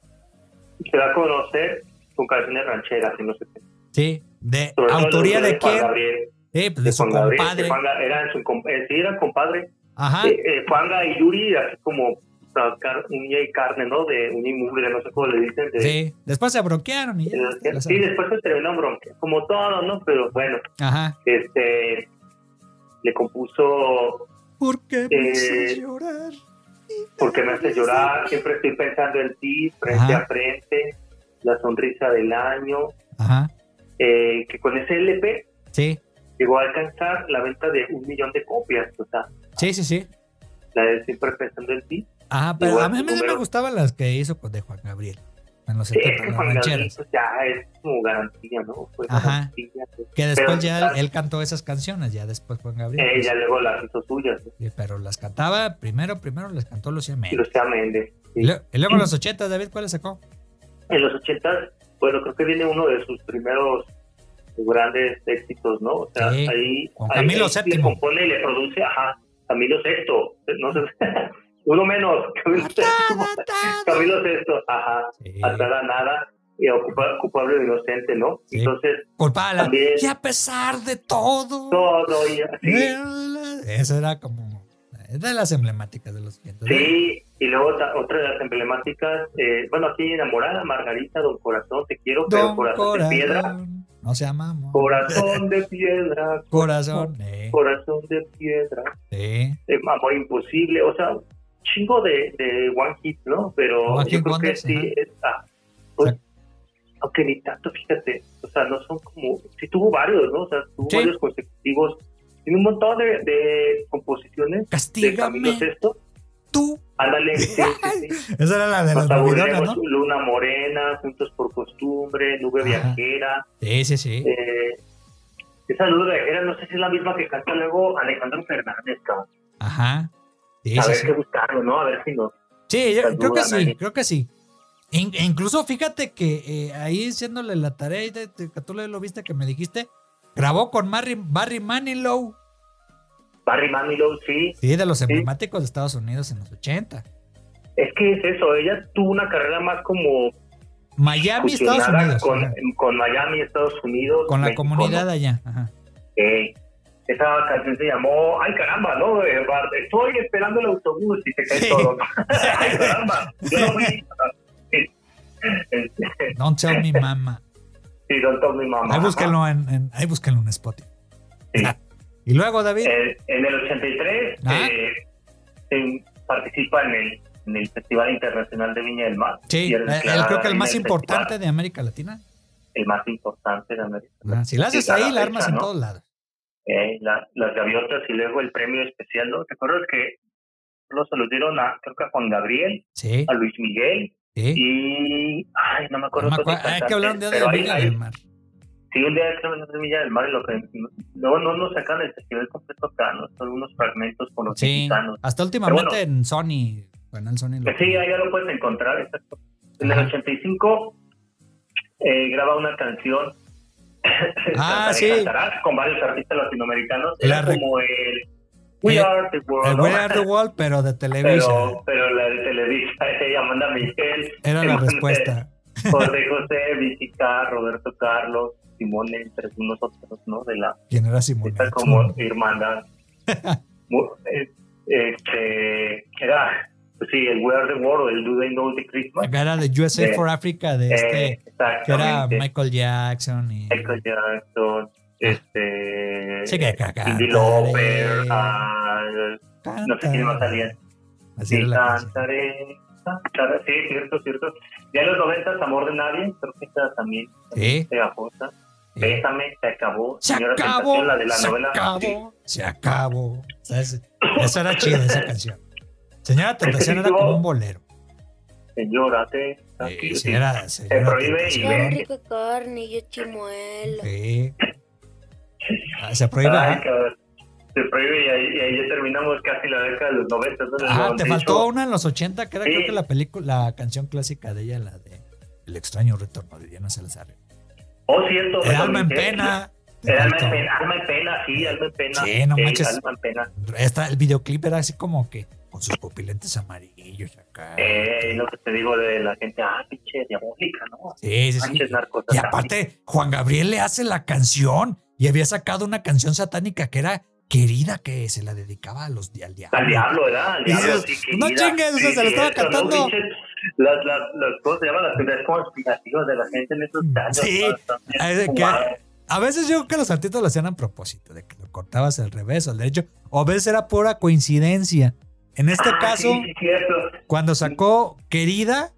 C: se va a conocer con canciones rancheras en los 70.
B: Sí. De
C: Sobre todo
B: autoría
C: la
B: de
C: Juan
B: quién?
C: Gabriel,
B: Sí, pues de
C: de
B: su
C: Juan Gabriel,
B: compadre. Ah.
C: que Juan Ga- eran su comp- eh, sí, eran compadres.
B: Ajá.
C: Eh, eh, Juanga y Yuri, así como sacar uña y carne, ¿no? De uña y mugre, no sé cómo le dicen. De,
B: Sí. Después se bronquearon y ya.
C: de-
B: las-
C: sí, después se terminó bronca, como todo, ¿no? Pero bueno,
B: Ajá.
C: este le compuso
B: Porque me haces
C: Eh,
B: llorar.
C: Porque me hace llorar, siempre estoy pensando en ti, frente
B: Ajá.
C: a frente, la sonrisa del año,
B: Ajá.
C: eh, que con ese LP
B: Sí.
C: llegó a alcanzar la venta de un millón de copias, o sea,
B: Sí, sí, sí.
C: la de siempre pensando en ti.
B: Ajá, pero a
C: Igual,
B: mí me, me
C: número-
B: gustaban las que hizo pues, de Juan Gabriel. En los
C: Sí,
B: 70,
C: es que
B: las
C: Juan Gabriel,
B: rancheras.
C: pues, ya es como garantía, ¿no? Fue
B: Ajá.
C: garantía, pues.
B: Que después
C: Pero- Eh,
B: ya él, él cantó esas canciones, ya después Juan Gabriel. pues,
C: Ella luego las hizo suyas, ¿no?
B: sí, Pero las cantaba primero, primero las cantó Lucía Méndez.
C: Lucía Méndez. sí.
B: Y, lue- y luego en los 80, David, ¿cuál le sacó?
C: En los 80, bueno, creo que viene uno de sus primeros grandes éxitos, ¿no? O sea,
B: Sí,
C: ahí,
B: con
C: ahí
B: Camilo
C: le
B: VII.
C: compone y le produce, ajá, Camilo Sexto, no sé, uno menos, Camilo Sexto, Camilo Sexto, ajá,
B: Sí.
C: atada nada, y ocupa, culpable o inocente, ¿no?
B: Sí.
C: Entonces,
B: Culpala.
C: También.
B: Y a pesar de todo.
C: todo, y así,
B: Esa era como. Es de las emblemáticas de los 80.
C: Sí, y luego otra, otra de las emblemáticas, eh, bueno, aquí enamorada, Margarita, Don Corazón, te quiero, pero
B: Don
C: corazón, de piedra.
B: Corazón. No se amamos.
C: Corazón de piedra,
B: Corazón. eh,
C: corazón de piedra,
B: sí.
C: eh, amor imposible, o sea, chingo de, de One Hit, ¿no? Pero
B: One
C: yo
B: Hit
C: creo que
B: Wonders,
C: sí,
B: ajá.
C: es- ah, Pues, aunque ni tanto, fíjate, o sea, no son como, sí tuvo varios, ¿no? O sea, tuvo
B: Sí.
C: varios consecutivos, tiene un montón de, de composiciones de Camilo
B: Castígame
C: Sesto,
B: tú.
C: ándale, sí, sí, sí.
B: Esa era la de las
C: Nos
B: movidoras, ¿no?
C: aburriremos, Luna Morena, Juntos por Costumbre, Nube
B: Ajá.
C: Viajera,
B: Sí, sí, sí.
C: eh, esa Nube Viajera no sé si es la misma que canta luego Alejandro Fernández, cabrón.
B: Ajá. Sí,
C: A
B: sí,
C: ver
B: sí.
C: qué buscaron, ¿no? A ver si nos...
B: Sí, yo-
C: Saludan
B: creo que
C: ahí.
B: sí, creo que sí. In- e incluso fíjate que eh, ahí haciéndole la tarea, y te- te- que tú lo viste que me dijiste, grabó con Barry, Barry Manilow,
C: Barry Manilow, sí,
B: sí, de los emblemáticos de Estados Unidos en los 80.
C: es que es eso, ella tuvo una carrera más como
B: Miami, Estados
C: fusionada
B: Unidos.
C: con,
B: ajá.
C: con Miami, Estados Unidos.
B: Con la
C: México,
B: comunidad
C: ¿no?
B: allá. Ajá.
C: Eh, esa canción se llamó Ay caramba, ¿no? Eh, va- Estoy esperando el autobús y se cae
B: Sí.
C: todo. Ay caramba, yo no fui. Este,
B: Don't tell me mama.
C: Sí, don Tom, mi mamá.
B: Ahí búsquenlo en, en- ahí búsquenlo en Spotify.
C: Sí.
B: Y luego, David,
C: Eh, en el 83
B: Ah.
C: eh, em, participa en el, en el Festival Internacional de Viña del Mar.
B: sí,
C: Y
B: eh,
C: eres
B: él
C: declarada
B: creo que el
C: reina
B: más
C: del
B: importante
C: festival,
B: de América Latina.
C: El más importante de América.
B: Ah, Si la haces
C: Sí, a la
B: ahí, la armas
C: fecha,
B: en
C: ¿no?
B: todos lados.
C: eh, la- las gaviotas y luego el premio especial, ¿no? ¿Te acuerdas que solo se los dieron a, creo que a Juan Gabriel,
B: Sí,
C: a Luis Miguel
B: sí.
C: y... Ay, no me acuerdo.
B: No me
C: qué otro
B: acuerdo- Hay
C: cantante,
B: que hablar un día de
C: pero
B: la
C: ahí-
B: Viña
C: ahí-
B: del Mar.
C: Sí, un día creo que en Villa del Mar y lo que... No, no nos sacan el festival completo acá, ¿no? Son unos fragmentos con los
B: Sí,
C: mexicanos.
B: hasta últimamente
C: Pero
B: en Sony, canal Sony. lo-
C: Pues sí, ahí ya lo puedes encontrar, exacto. En el
B: Ajá.
C: 85 eh, graba una canción
B: Ah,
C: Cantaré,
B: sí.
C: cantarás, con varios artistas latinoamericanos.
B: La
C: Era
B: re-
C: como el... We
B: el-
C: are the world.
B: el
C: ¿no?
B: Eh, Where Are the World, pero de Televisa.
C: pero, pero la de Televisa es ella, Amanda Miguel,
B: Era la
C: Amanda-
B: respuesta.
C: José José, Visica, Roberto Carlos, Simón, entre unos otros, ¿no? De la,
B: ¿Quién era Simón?
C: esta como hermandad. Mu- eh, Este, era, pues sí, el We Are the World, el Do They Know the Christmas.
B: Era de USA
C: Eh,
B: for Africa, de
C: Eh,
B: este, que era
C: exactamente.
B: Michael Jackson y...
C: Michael Jackson, este.
B: Sí, que acá.
C: Cindy Lauper,
B: eh,
C: ah, no sé quién más salía.
B: Así
C: Sí,
B: era la canción.
C: cantaré, cantaré. Sí, cierto, cierto. Ya en los 90, Amor de Nadie, creo que esta también
B: Sí,
C: pegajosa.
B: sí.
C: Bésame, se acabó.
B: Eh, Se
C: Señora
B: acabó,
C: Tentación, la de la
B: se
C: novela. Sí.
B: acabó, se acabó. ¿Sabes? Esa era chida, esa canción. Señora Tentación era
C: Estuvo-
B: como un bolero.
C: Señora Tentación.
B: Eh,
C: Ah, Sí.
B: señora- señora
C: prohíbe
B: Tentación.
C: y
D: Qué
C: ve.
D: rica carne, yo chimuelo.
B: Sí. Ah, se
C: Ay,
B: prohíbe. ¿ah?
C: cabrón. Se prohíbe y ahí, y ahí ya terminamos casi la década de los 90. ¿no? Del
B: Ah, te
C: 98.
B: faltó una en los 80 que era
C: Sí.
B: creo que la película, la canción clásica de ella, la de El extraño retorno de Diana Salazar.
C: Oh, cierto.
B: El
C: me
B: alma en
C: olvidé.
B: pena. te
C: El Eh, alma
B: faltó.
C: en pena, alma en pena, sí, alma en pena.
B: Sí, no manches.
C: Alma en pena.
B: Esta- el videoclip era así como que con sus pupilentes amarillos acá.
C: Eh, lo que te digo de la gente, ah, pinche diabólica, ¿no?
B: Sí, sí, sí.
C: Manches narcos.
B: Y aparte, Juan Gabriel le hace la canción y había sacado una canción satánica que era querida, que se la dedicaba a los, al diablo.
C: Al diablo, ¿verdad? Al diablo,
B: Dices,
C: sí,
B: no
C: querida.
B: chingues, o sea,
C: Sí,
B: se lo estaba
C: cierto, ¿no?
B: cantando.
C: Pinches- Las, las, las, ¿cómo se llaman? Las teorías conspirativas de la gente en esos años.
B: Sí.
C: ¿no? Están bien
B: Ah, de que-
C: fumadas.
B: A veces yo creo que los artistas lo hacían a propósito, de que lo cortabas al revés o al derecho, o a veces era pura coincidencia. En este
C: Ah,
B: caso,
C: Sí, sí, cierto.
B: cuando sacó Querida,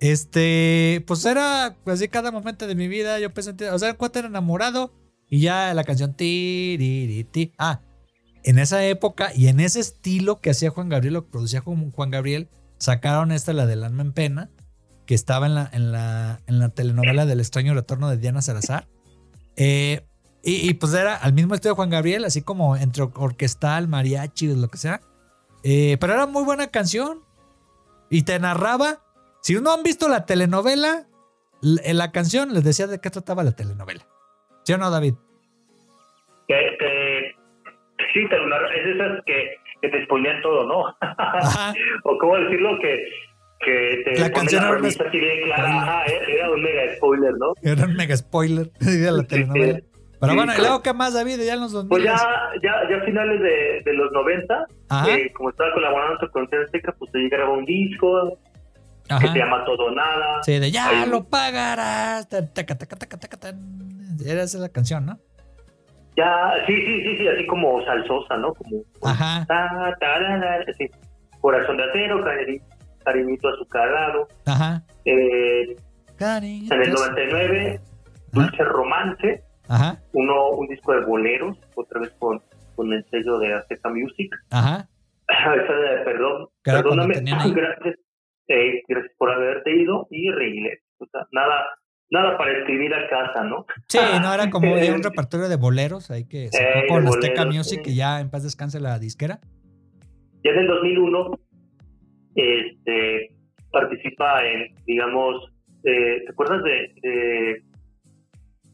B: este, pues era así cada momento de mi vida, yo pensé, o sea, cuando era enamorado y ya la canción ti, ri, ri, ti. Ah, en esa época y en ese estilo que hacía Juan Gabriel, lo que producía como Juan Gabriel, sacaron esta, la del alma en pena, que estaba en la, en la, en la telenovela del extraño retorno de Diana Salazar. Eh, y, y, pues era al mismo estilo de Juan Gabriel, así como entre orquestal, mariachi, lo que sea. Eh, pero era muy buena canción. Y te narraba. Si no han visto la telenovela, l- eh, la canción les decía de qué trataba la telenovela. ¿Sí o no, David?
C: Que, que, sí, te lo- es de esas que, que te spoilean todo, ¿no? Ah.
B: Ajá.
C: o cómo decirlo, que, que te
B: La
C: ponen
B: canción
C: la
B: era un
C: premisa así bien clara. Ajá, era era un mega spoiler, ¿no?
B: Era un mega spoiler de la
C: Sí,
B: telenovela.
C: sí.
B: Pero
C: Sí,
B: bueno, ¿y
C: claro.
B: luego qué más, David? Ya en los 2000.
C: Pues ya, ya, ya a finales de, de los 90,
B: Ajá,
C: eh, como estaba colaborando con Cera Azteca, pues ella grabó un disco que
B: ajá.
C: se llama Todo o Nada.
B: Sí, de ya
C: Ahí.
B: lo pagarás. ta, taca, taca, taca, taca, tan. Era esa la canción, ¿no?
C: Ya, sí, sí, sí, sí, así como salsosa, ¿no? Como
B: Ajá,
C: ta, ta, la, la, así. corazón de acero, cari- cariñito azucarado.
B: ajá.
C: Eh,
B: Cariño.
C: En el 99, Dulce Romance,
B: Ajá,
C: uno, un disco de boleros, otra vez con, con el sello de Azteca Music.
B: ajá.
C: Esa de perdón,
B: Que era cuando
C: perdóname,
B: tenían ahí.
C: gracias, eh, gracias por haberte ido y reír. O sea, nada, nada para escribir a casa, ¿no?
B: Sí, no, era como era un repertorio de boleros ahí que sacó
C: Ey,
B: con
C: Eh, de
B: Azteca
C: boleros,
B: Music,
C: sí.
B: que ya en paz descanse la disquera.
C: Ya en el 2001 este, participa en, digamos, eh, ¿te acuerdas de, de,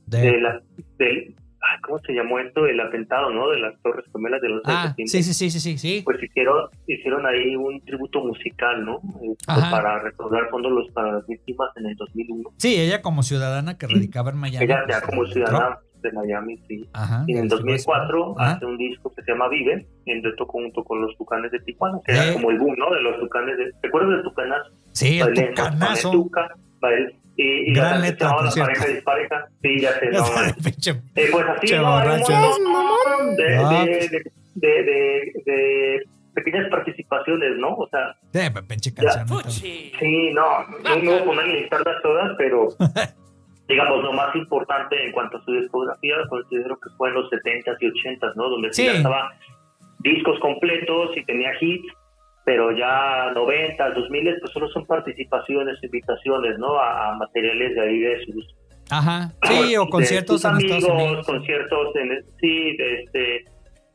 B: De,
C: de la, del, ay, ¿cómo se llamó esto? El atentado, ¿no? De las Torres Gemelas de los
B: ah,
C: Años
B: sí, sí, sí, sí, sí, sí.
C: Pues hicieron, hicieron ahí un tributo musical, ¿no? Este,
B: Ajá.
C: para recaudar fondos los- para las víctimas en el 2001.
B: Sí, ella como ciudadana que radicaba en Miami.
C: Ella
B: pues,
C: ya como
B: entró.
C: ciudadana de Miami, sí.
B: Ajá.
C: Y en el
B: del circuito.
C: 2004
B: Ajá.
C: hace un disco que se llama Vive, en dueto junto con los Tucanes de Tijuana, que era
B: Eh.
C: como el boom, ¿no? De los Tucanes de... ¿Te acuerdas del Tucanazo?
B: Sí, el
C: Bailé, ¿no?
B: tucanazo.
C: Con el Tuca, bailé. Y, y
B: Gran
C: la canción
B: letra,
C: se llamaba
B: por
C: La
B: cierto.
C: pareja dispareja. Sí, ya sé,
B: Ya
C: no,
B: está
C: man.
B: de pinche-
C: Eh, pues así,
B: Che,
C: ¿no? Hay un
B: borracho.
C: montón de,
B: Ah.
C: de, de, de, de- de pequeñas participaciones, ¿no? O sea,
B: de Eh, pues, pinche canción. entonces.
C: Sí, no, no me voy a poner a listarlas todas, pero digamos, lo más importante en cuanto a su discografía, considero que fue en los 70s y 80s, ¿no? Donde
B: Sí.
C: sí. ya estaba discos completos y tenía hits, pero ya 90s, 2000 pues solo son participaciones, invitaciones, ¿no? A, a materiales de ahí de sus.
B: Ajá. Sí, o
C: de
B: conciertos
C: sus
B: en
C: amigos,
B: Estados Unidos.
C: conciertos en. Sí, este.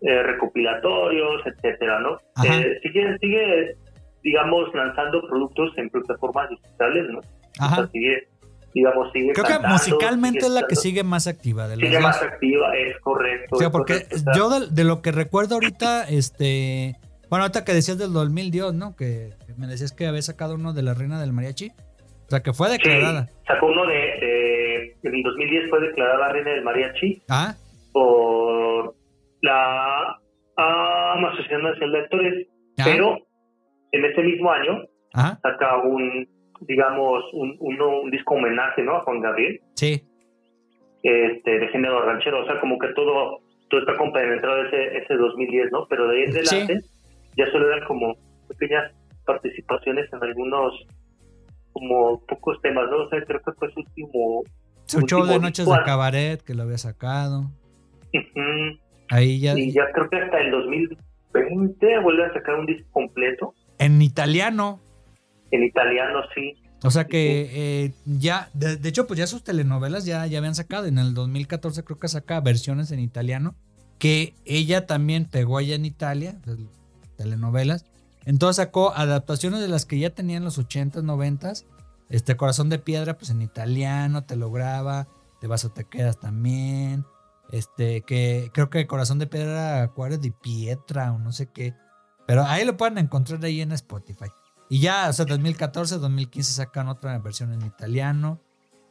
C: eh, recopilatorios, etcétera, ¿no?
B: Ajá.
C: Eh, sigue, sigue, digamos, lanzando productos en plataformas digitales, ¿no? O sea,
B: Ajá.
C: sigue, digamos, sigue
B: Creo que
C: cantando,
B: musicalmente
C: sigue
B: es la que
C: estando-
B: sigue más activa de las
C: sigue
B: dos.
C: más activa, es correcto.
B: O sea,
C: es
B: porque
C: correcto, o sea,
B: yo de, de lo que recuerdo ahorita, este. Bueno, ahorita que decías del 2010, ¿no? Que, que me decías que había sacado uno de la reina del mariachi. O sea, que fue
C: sí,
B: declarada.
C: sacó uno de, de- En 2010 fue declarada reina del mariachi
B: Ah,
C: por la AMA, Asociación Nacional de Actores,
B: ah,
C: pero en ese mismo año
B: ajá,
C: saca un, digamos, un, uno- un disco homenaje, ¿no? A Juan Gabriel,
B: sí.
C: este, de género ranchero, o sea, como que todo, todo está compenetrado ese, ese 2010, ¿no? Pero de ahí en
B: Sí.
C: adelante ya solo eran como pequeñas participaciones en algunos, como pocos temas, ¿no? O sea, creo que fue su último...
B: Su show de
C: último
B: noches
C: disco,
B: de cabaret que lo había sacado.
C: ujú,
B: Ahí ya.
C: Y ya creo que hasta el 2020 vuelve a sacar un disco completo,
B: En italiano.
C: en italiano, sí.
B: O sea que eh, ya, de, de hecho, pues ya sus telenovelas ya, ya habían sacado. En el 2014 creo que saca versiones en italiano, que ella también pegó allá en Italia, pues, telenovelas. Entonces sacó adaptaciones de las que ya tenían los 80s, 90s. Este Corazón de Piedra, pues en italiano, te lo graba, te vas o te quedas también. Este, que creo que Corazón de Piedra, Acuario de Pietra o no sé qué. Pero ahí lo pueden encontrar ahí en Spotify. Y ya, o sea, 2014, 2015 sacan otra versión en italiano.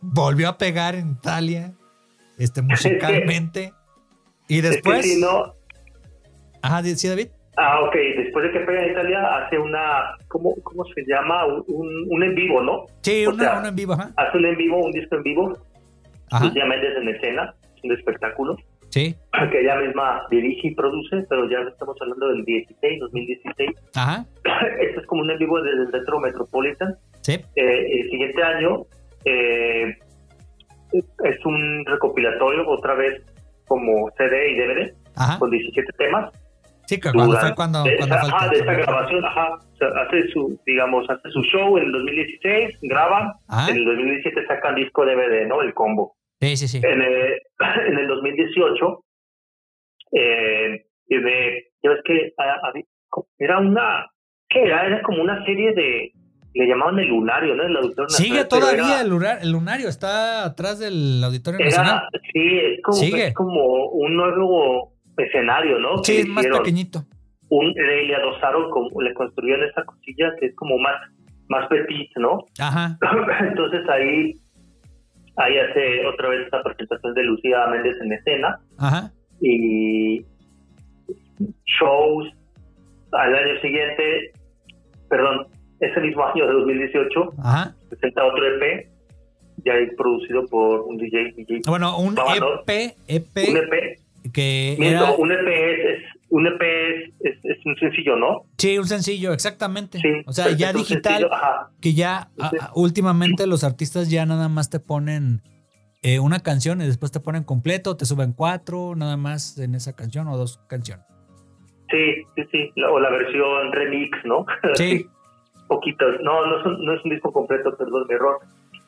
B: Volvió a pegar en Italia, este, musicalmente. Y
C: Es que
B: después...
C: si no,
B: Ajá, di- sí, David.
C: Ah, ok. Después de que pega en Italia, hace una, ¿cómo, cómo se llama? Un, un- un en vivo, ¿no?
B: Sí,
C: O
B: una,
C: sea,
B: una en vivo, ajá.
C: Hace un en vivo, un disco en vivo,
B: Ajá,
C: Lucía Méndez en escena, un espectáculo,
B: sí,
C: que ella misma dirige y produce, pero ya estamos hablando del 16, 2016.
B: ajá,
C: Esto es como un en vivo desde el Metro Metropolitan.
B: sí,
C: Eh, el siguiente año eh, es un recopilatorio, otra vez como CD y DVD,
B: ajá.
C: con 17 temas.
B: Sí, que cuando
C: Durante-
B: fue cuando,
C: de
B: cuando
C: esa-
B: fue el
C: ah, de esa
B: teatro.
C: grabación, ajá. O sea, hace su, digamos, hace su show en el 2016, graba,
B: Ajá,
C: en el 2017 sacan disco DVD, ¿no? El combo.
B: sí, sí, sí.
C: En, eh, en el 2018, eh, tiene- ya ves que ah, había- era una, ¿qué era? Era como una serie de, le llamaban el lunario, ¿no? El Auditorio
B: Sigue
C: Nacional, pero
B: todavía
C: era-
B: el, lunar- el lunario, está atrás del Auditorio Nacional.
C: Era, sí, es como,
B: Sigue.
C: es como un nuevo escenario, ¿no?
B: Sí,
C: Que
B: es más
C: hicieron.
B: pequeñito.
C: un, le, le adosaron, como, le construyeron esa cosilla que es como más, más petit, ¿no?
B: Ajá,
C: Entonces ahí, ahí hace otra vez esta presentación de Lucía Méndez en escena
B: ajá.
C: y shows al año siguiente, perdón, ese mismo año de 2018,
B: Ajá.
C: presenta otro EP, ya es producido por un DJ, DJ
B: Bueno, un E
C: Vamos,
B: EP,
C: un E
B: EP
C: EP,
B: que
C: miento,
B: Eh, era
C: E un EP E es, es- un EP es, es- es un sencillo, ¿no?
B: Sí, un sencillo, exactamente.
C: Sí.
B: o sea, ya
C: perfecto, un
B: digital,
C: sencillo, ajá.
B: que ya a-
C: Sí.
B: a- últimamente los artistas ya nada más te ponen eh, una canción y después te ponen completo, te suben cuatro, nada más en esa canción o dos canciones.
C: Sí, sí, sí. la- o la versión remix, ¿no?
B: Sí,
C: Poquitas. No, no es, un, no es un disco completo, perdón, mi error.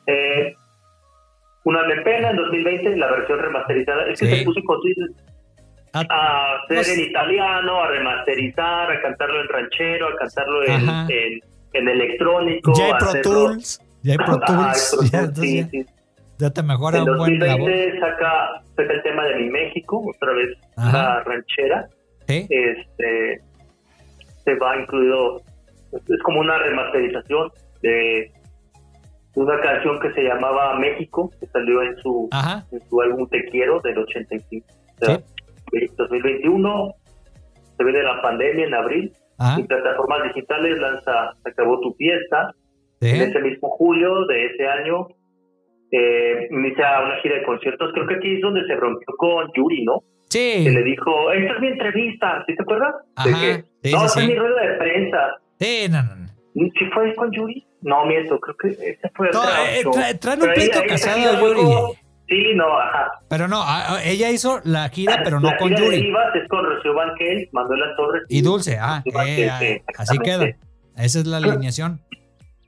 C: Eh, una de pena en 2020, la versión remasterizada. Es que
B: Sí.
C: se puso incontinuo
B: Ah,
C: a hacer
B: Pues-
C: en italiano, a remasterizar, a cantarlo en ranchero, a cantarlo en,
B: Ajá.
C: en, en electrónico.
B: ya hay
C: a
B: Pro
C: hacerlo-
B: Tools, ya hay Pro
C: Ah,
B: Tools,
C: Pro Tools,
B: ya, entonces
C: sí,
B: ya-
C: sí.
B: ya te mejora
C: En
B: un buen la voz.
C: 2020 saca, saca el tema de Mi México, otra vez
B: Ajá,
C: la ranchera.
B: sí.
C: Este, se va incluido, es como una remasterización de una canción que se llamaba México, que salió en su,
B: Ajá,
C: en su álbum Te Quiero del 85. O sea,
B: Ah. Sí.
C: 2021, se viene la pandemia en abril,
B: ajá,
C: en plataformas digitales lanza Se acabó tu fiesta, en
B: sí.
C: ese mismo julio de ese año eh, inicia una gira de conciertos. Creo que aquí es donde se rompió con Yuri, ¿no? Que
B: Sí,
C: le dijo, esta es mi entrevista, ¿sí te acuerdas? De
B: ajá,
C: que,
B: sí,
C: no,
B: sí,
C: esta es
B: sí.
C: mi rueda de prensa.
B: Sí, no, no, no.
C: ¿Sí fue con Yuri? No, miento, creo que esta fue
B: No,
C: otra.
B: eh,
C: no.
B: trae- traen un
C: Pero ahí-
B: pleito
C: ahí
B: casado
C: esa gira
B: Yuri.
C: luego- Sí, no, ajá.
B: Pero no, a- a- ella hizo la gira, pero no
C: Ah, La
B: con
C: gira de
B: Yuri.
C: Divas es con Rocío Banquel, Manuela Torres.
B: Y Dulce, ah,
C: Rocío Banquel,
B: eh, ah,
C: sí,
B: así queda.
C: exactamente.
B: Esa es la alineación.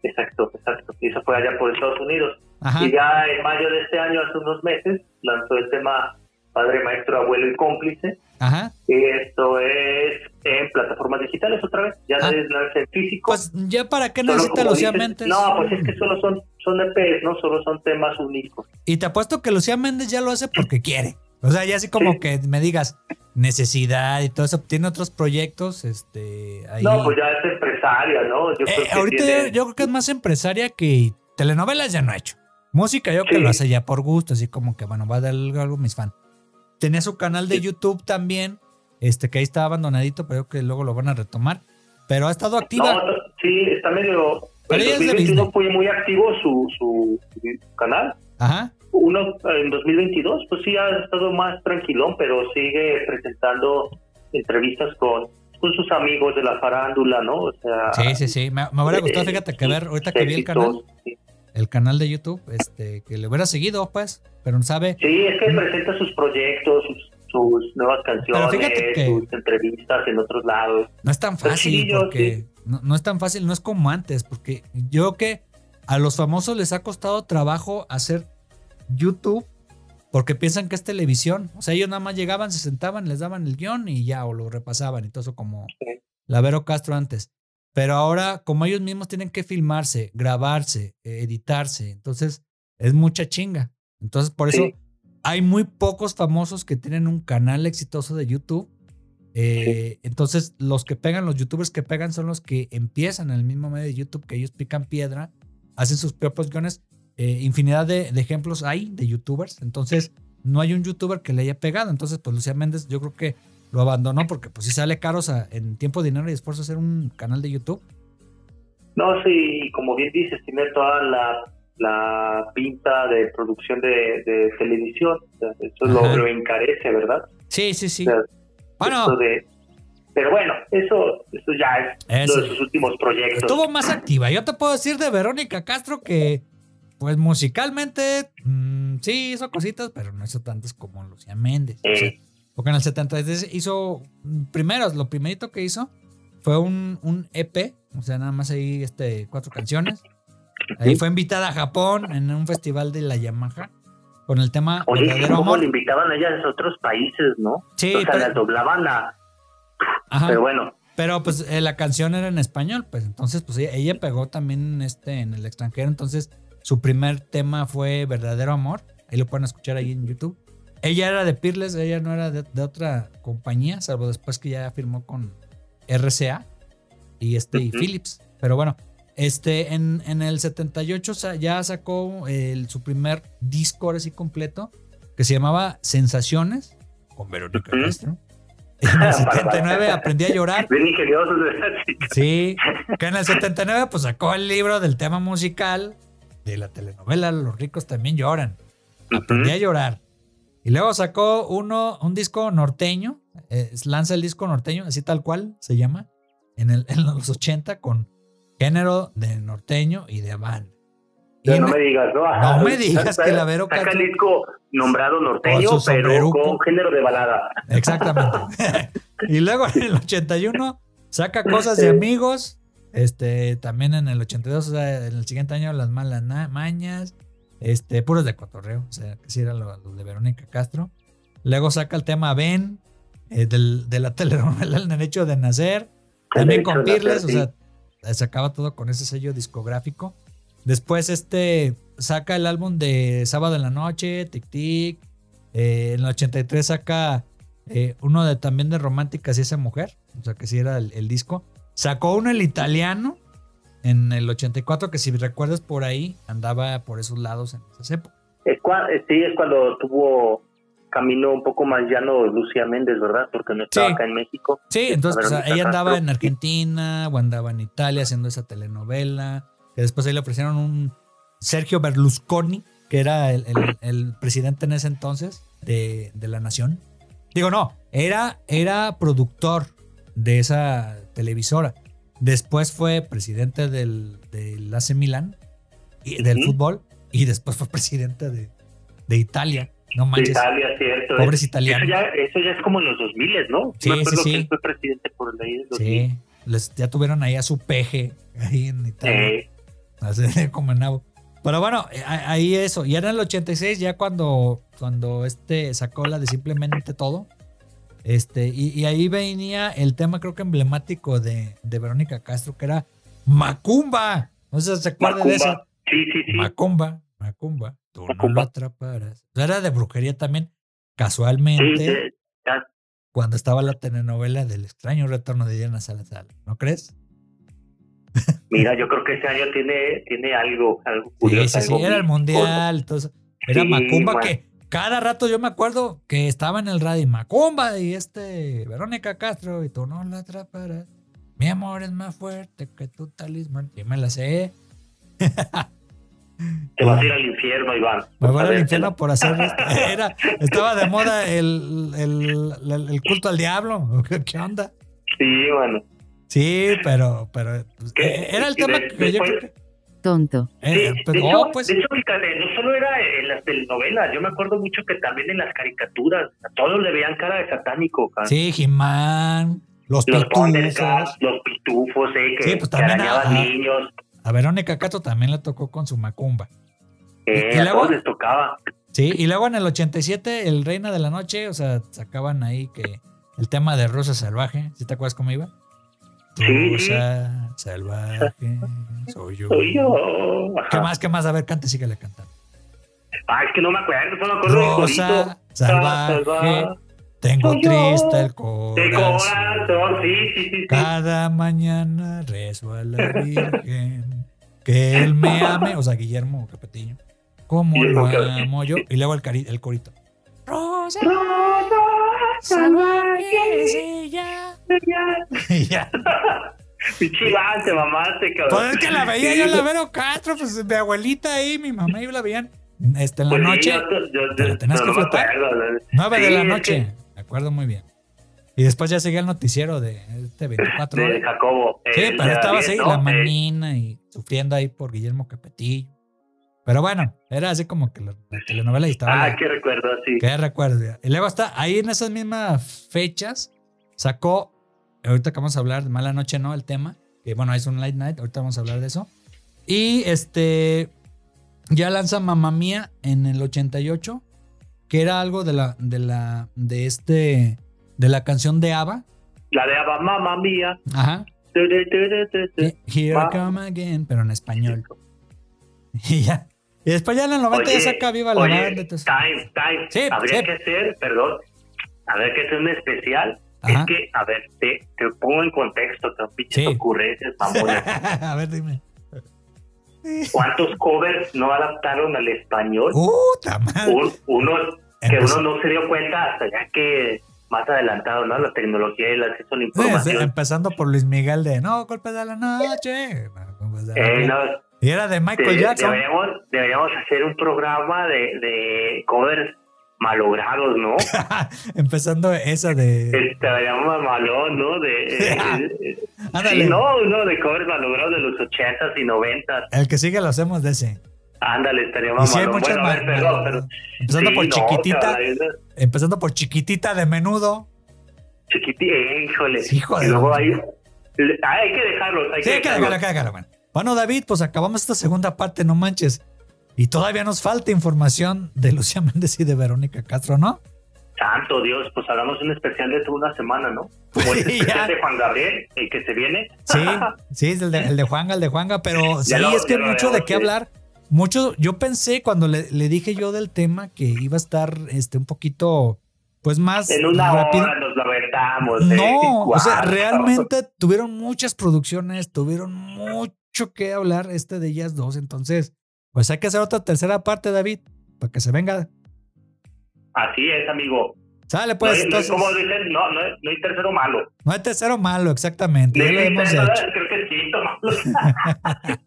C: Exacto, exacto. Y eso fue allá por Estados Unidos.
B: Ajá.
C: Y ya en mayo de este año, hace unos meses, lanzó el tema Padre, Maestro, Abuelo y Cómplice.
B: Ajá.
C: Y esto es en plataformas digitales otra vez, ya
B: Ah.
C: no es lanza en físico.
B: Pues ya para qué
C: Solo
B: necesita
C: como
B: Lucía
C: dices-
B: Méndez.
C: No, pues es que solo son, son EPs, no solo son temas únicos.
B: Y te apuesto que Lucía Méndez ya lo hace porque quiere. O sea, ya así como
C: Sí.
B: que me digas necesidad y todo eso, tiene otros proyectos, este, ahí.
C: No, pues ya es empresaria, ¿no?
B: Eh,
C: Yo creo que
B: ahorita
C: tiene-
B: yo, yo creo que es más empresaria que telenovelas ya no ha hecho. Música yo creo que
C: Sí.
B: lo hace ya por gusto, así como que bueno, va a dar algo a mis fans. Tenía su canal de
C: Sí.
B: YouTube también, este que ahí está abandonadito, pero yo creo que luego lo van a retomar. Pero ha estado activa.
C: No, t- sí, está medio...
B: Pero
C: en
B: ella es de
C: 2021
B: Disney.
C: fue muy activo su, su, su canal.
B: Ajá.
C: Uno en 2022, pues sí ha estado más tranquilón, pero sigue presentando entrevistas con, con sus amigos de la farándula, ¿no? O sea,
B: Sí, sí, sí. Me, me hubiera gustado,
C: eh,
B: fíjate que ver, ahorita
C: sí,
B: que vi el canal,
C: exitosos, Sí,
B: el canal de YouTube, este, que le hubiera seguido, pues, pero no sabe.
C: Sí, es
B: Mm.
C: que presenta sus proyectos, sus, sus nuevas canciones,
B: fíjate que-
C: sus entrevistas en otros lados.
B: No es tan
C: Está
B: fácil
C: chidillo,
B: porque no, no es tan fácil, no es como antes, porque yo creo que a los famosos les ha costado trabajo hacer YouTube porque piensan que es televisión. O sea, ellos nada más llegaban, se sentaban, les daban el guión y ya, o lo repasaban y todo eso como
C: Sí.
B: la Vero Castro antes. Pero ahora, como ellos mismos tienen que filmarse, grabarse, eh, editarse, entonces es mucha chinga. Entonces, por eso
C: Sí.
B: hay muy pocos famosos que tienen un canal exitoso de YouTube. Eh, Entonces, los que pegan, los youtubers que pegan son los que empiezan en el mismo medio de YouTube, que ellos pican piedra, hacen sus propios guiones. Eh, infinidad de, de ejemplos hay de youtubers. Entonces, no hay un youtuber que le haya pegado. Entonces, pues Lucía Méndez, yo creo que lo abandonó porque, pues, si sale caro o sea, en tiempo, dinero y esfuerzo hacer un canal de YouTube.
C: No, sí, como bien dices, tiene toda la, la pinta de producción de, de televisión. O sea, eso
B: Ajá.
C: lo, lo encarece, ¿verdad?
B: Sí, sí, sí.
C: Claro.
B: Bueno,
C: Esto de- pero bueno, eso, eso ya es
B: Eso.
C: uno de sus últimos proyectos.
B: estuvo más activa. Yo te puedo decir de Verónica Castro que, pues musicalmente, mm, sí hizo cositas, pero no hizo tantas como Lucía Méndez. O sea,
C: Eh,
B: porque en el 73 hizo, mm, primero, lo primerito que hizo fue un, un EP, o sea, nada más ahí este, cuatro canciones. Ahí fue invitada a Japón en un festival de la Yamaha con el tema
C: oye,
B: Verdadero
C: ¿cómo
B: Amor.
C: le invitaban a ellas a otros países, no?
B: Sí,
C: o sea,
B: pero-
C: las doblaban a...
B: Ajá.
C: Pero bueno,
B: Pero pues eh, la canción era en español, pues entonces pues ella, ella pegó también este en el extranjero, entonces su primer tema fue Verdadero Amor, ahí lo pueden escuchar ahí en YouTube. Ella era de Peerless, ella no era de, de otra compañía, salvo después que ya firmó con RCA y este y
C: Ujú.
B: Philips. Pero bueno, este en, en el 78 sa- ya sacó el- su primer disco ahora sí completo que se llamaba Sensaciones con Verónica
C: Ujú.
B: Castro. En el 79 aprendí a llorar
C: bien ingeniosos, ¿verdad? Sí.
B: Sí, que en el 79 pues sacó el libro del tema musical de la telenovela Los ricos también Ah, pues lloran. Aprendí a llorar. Y luego sacó uno, un disco norteño, eh, lanza el disco norteño, así tal cual se llama, en, el, en los 80 con género de norteño y de banda. Y
C: Ya no
B: me-
C: me digas, ¿no? Ajá.
B: No me digas que la Vero
C: Saca
B: Castro-
C: el disco nombrado norteño,
B: Con su
C: pero
B: sombreruco.
C: con género de balada.
B: Exactamente. y luego en el 81 saca cosas de amigos. Este, también en el 82, o sea, en el siguiente año, las malas na- mañas. Este, puros de cotorreo. O sea, que sí era lo, lo de Verónica Castro. Luego saca el tema Ben, eh, del- de la telenovela El Derecho de Nacer. También con Pirles, o sea, se acaba todo con ese sello discográfico. Después, este saca el álbum de Sábado en la Noche, Tic Tic. Eh, en el 83 saca eh, uno de, también de Románticas y esa mujer, o sea, que sí era el, el disco. Sacó uno el italiano en el 84, que si recuerdas por ahí, andaba por esos lados en esas épocas.
C: Es cua- eh, sí, es cuando tuvo camino un poco más llano Lucía Méndez, ¿verdad? Porque no estaba
B: Sí.
C: acá en México.
B: Sí, entonces pues,
C: Verónica
B: ella andaba
C: Castro.
B: en Argentina o andaba en Italia haciendo esa telenovela, que después ahí le ofrecieron un Sergio Berlusconi, que era el, el- el presidente en ese entonces de, de la nación. Digo, no, era, era productor de esa televisora. Después fue presidente del, del AC Milan y del
C: Ujú.
B: fútbol y después fue presidente de, de Italia. No
C: De
B: manches,
C: Italia, cierto. es-
B: pobres
C: Eso
B: italianos.
C: ya, eso ya es como en los 2000, ¿no?
B: Sí,
C: Me acuerdo
B: sí, sí.
C: que él fue presidente por el ahí del 2000.
B: Sí, les, ya tuvieron ahí a su peje, ahí en Italia,
C: Eh,
B: así como en Nabo. Pero bueno, eh, a- ahí eso. Y era en el 86, ya cuando, cuando este sacó la de Simplemente Todo. Este, y, y ahí venía el tema, creo que emblemático de, de Verónica Castro, que era Macumba. No sé si se acuerdan de eso.
C: Macumba. Sí, sí, sí.
B: Macumba, Macumba, tú no lo
C: Macumba.
B: atraparás. Era de brujería también,
C: Sí,
B: casualmente
C: sí.
B: cuando estaba la telenovela del extraño retorno de Diana Salazar, ¿no crees?
C: Mira, yo creo que ese año tiene, tiene algo, algo
B: Sí,
C: curioso.
B: sí, sí,
C: algo
B: era el
C: místico.
B: mundial, entonces era
C: Sí,
B: Macumba
C: bueno.
B: que cada rato yo me acuerdo que estaba en el radio y Macumba y este Verónica Castro y tú no la atraparás. Mi amor es más fuerte que tu talismán. Yo me la sé.
C: Te vas a ir al infierno, Iván.
B: Me voy
C: Vas a
B: al
C: ver,
B: infierno por hacer esto. Era, estaba de moda el, el- el- el culto al diablo. ¿Qué onda?
C: Sí, bueno.
B: Sí, pero, pero pues,
C: ¿Qué?
B: era el
C: Y
B: tema
C: Eh, de-
B: que yo
C: después-
B: creo que-
E: tonto.
C: Sí,
B: eh,
C: de,
B: pero-
C: hecho,
B: oh, pues,
C: de hecho, fíjate, no solo era en las telenovelas, yo me acuerdo mucho que también en las caricaturas, a todos le veían cara de satánico, cara.
B: Sí, Jimán, los,
C: los
B: pitufos.
C: Thundercats, los pitufos, eh, que,
B: Sí, pues
C: que
B: también
C: arañaban
B: a- a-
C: niños,
B: A Verónica Cato también la tocó con su macumba.
C: eh,
B: y
C: a
B: luego-
C: todos les tocaba.
B: Sí, y luego en el 87, el Reina de la Noche, o sea, sacaban ahí que el tema de Rosa Salvaje, ¿sí te acuerdas cómo iba?
C: Sí, sí.
B: Rosa Salvaje, soy yo.
C: Soy yo.
B: ¿Qué
C: Ajá.
B: más, qué más? A ver, cante, síguele cantando.
C: Ah, es que no me acuerdo, solo me acuerdo del corito.
B: Rosa Salvaje,
C: Salva-
B: tengo
C: Soy yo.
B: triste el
C: De corazón, sí, sí, sí, sí.
B: Cada mañana rezo a la Virgen que él me ame, o sea, Guillermo Capetiño, como lo amo yo. Y luego el, cari- el corito. Rosa, salvaje es ella. Y ya.
C: Pinche Iván, te mamaste, cabrón.
B: Pues es que la veía yo,
C: Sí,
B: la Vero Castro, pues mi abuelita y mi mamá y la veían este, en la
C: pues sí,
B: noche,
C: yo- yo-
B: te la
C: yo-
B: tenías
C: no,
B: que
C: no me
B: fletar.
C: acuerdo, la-
B: 9 de
C: Sí,
B: la
C: es
B: noche. Me acuerdo muy bien. Y después ya seguía el noticiero de este 24
C: De
B: horas.
C: Jacobo.
B: Sí,
C: el
B: pero
C: de
B: estaba
C: David,
B: así
C: ¿no?
B: la
C: Eh,
B: manina y sufriendo ahí por Guillermo Capetillo. Pero bueno, era así como que la, la telenovela y estaba.
C: Ah,
B: la-
C: que recuerdo, sí.
B: que recuerdo. Y luego está ahí en esas mismas fechas, sacó, ahorita que vamos a hablar de Mala Noche, ¿no? El tema, que bueno, es un late night, ahorita vamos a hablar de eso. Y este, ya lanza Mamá Mía en el 88, que era algo de la, de la, de este, de la canción de ABBA.
C: La de Abba, mamá mía.
B: Ajá.
C: Tu, tu, tu, tu, tu, tu.
B: He- Here I
C: Va.
B: come again, pero en español. Y ya. Y después ya en el 90 ya
C: Oye,
B: saca Viva la
C: Oye,
B: Banda. entonces-
C: time, time.
B: Sí,
C: Habría
B: sí.
C: que hacer, perdón, habría que hacer un especial.
B: Ajá.
C: Es que, a ver, te, te pongo en contexto, te pinches
B: Sí.
C: ocurrencias, mamonas.
B: a ver, dime.
C: ¿Cuántos covers no adaptaron al español?
B: ¡Puta madre!
C: Un- uno que
B: Empezó-
C: uno no se dio cuenta hasta ya que más adelantado, ¿no? La tecnología y el acceso a la
B: Sí, sí,
C: información. Eh,
B: empezando por Luis Miguel de No, golpes de la noche. No, golpes de la noche.
C: Eh, no,
B: Y era de
C: De-
B: Pues Michael Jackson.
C: Deberíamos, deberíamos hacer un programa de, de covers malogrados, ¿no? Este,
B: Empezando esa de.
C: Estaría malón, ¿no? De, eh,
B: Ah, Ándale.
C: sí, no, no, de covers malogrados de los 80s y 90s.
B: El que sigue lo hacemos de ese.
C: Ándale, estaría
B: Y
C: más
B: sí hay
C: malón.
B: muchas
C: Bueno, a ver,
B: mal-
C: pero- pero-
B: Empezando
C: sí,
B: por
C: no,
B: chiquitita.
C: caray, esa-
B: Empezando por chiquitita de menudo.
C: Chiquitita, eh, híjole.
B: Sí, hijo de
C: Y luego
B: la-
C: ahí. le- ah, hay que dejarlos, hay
B: Sí,
C: que
B: cágala,
C: dejarlos.
B: cágala, man. Bueno, David, pues acabamos esta segunda parte, no manches. Y todavía nos falta información de Lucía Méndez y de Verónica Castro, ¿no?
C: Santo Dios, pues hagamos un especial de toda una semana, ¿no? Como el
B: Sí, ya.
C: especial de Juan Gabriel, el que se viene.
B: Sí, sí, el de, el de Juanga, el de Juanga, pero sí,
C: Ya lo-
B: es que
C: ya lo
B: mucho de
C: haremos,
B: qué
C: sí.
B: hablar. Mucho, yo pensé cuando le, le dije yo del tema que iba a estar este un poquito, pues más
C: En una
B: rápido.
C: hora nos lo aventamos. ¿eh?
B: No, o sea,
C: Cuatro.
B: realmente tuvieron muchas producciones, tuvieron mucho que hablar este de ellas dos. Entonces, pues hay que hacer otra tercera parte, David, para que se venga.
C: Así es, amigo.
B: Sale, pues,
C: no, hay-
B: entonces.
C: no, como dicen, no, no, hay- no hay tercero malo.
B: No hay tercero malo, exactamente.
C: No
B: ya lo
C: hay
B: hemos
C: tercero,
B: hecho.
C: creo que es quinto malo.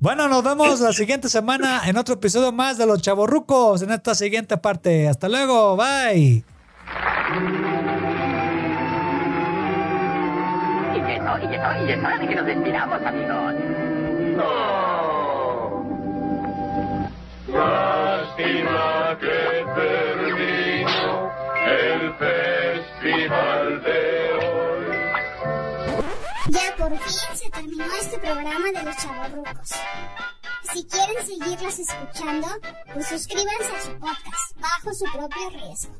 B: Bueno, nos vemos la siguiente semana en otro episodio más de Los Chavorrucos en esta siguiente parte. Hasta luego, bye.
E: Y eso, y eso, y es hora de que nos despidamos, amigos. ¡No!
F: Lástima que terminó el festival de hoy.
A: Ya por fin se terminó este programa de los chavorrucos. Si quieren seguirlos escuchando, pues suscríbanse a su podcast bajo su propio riesgo.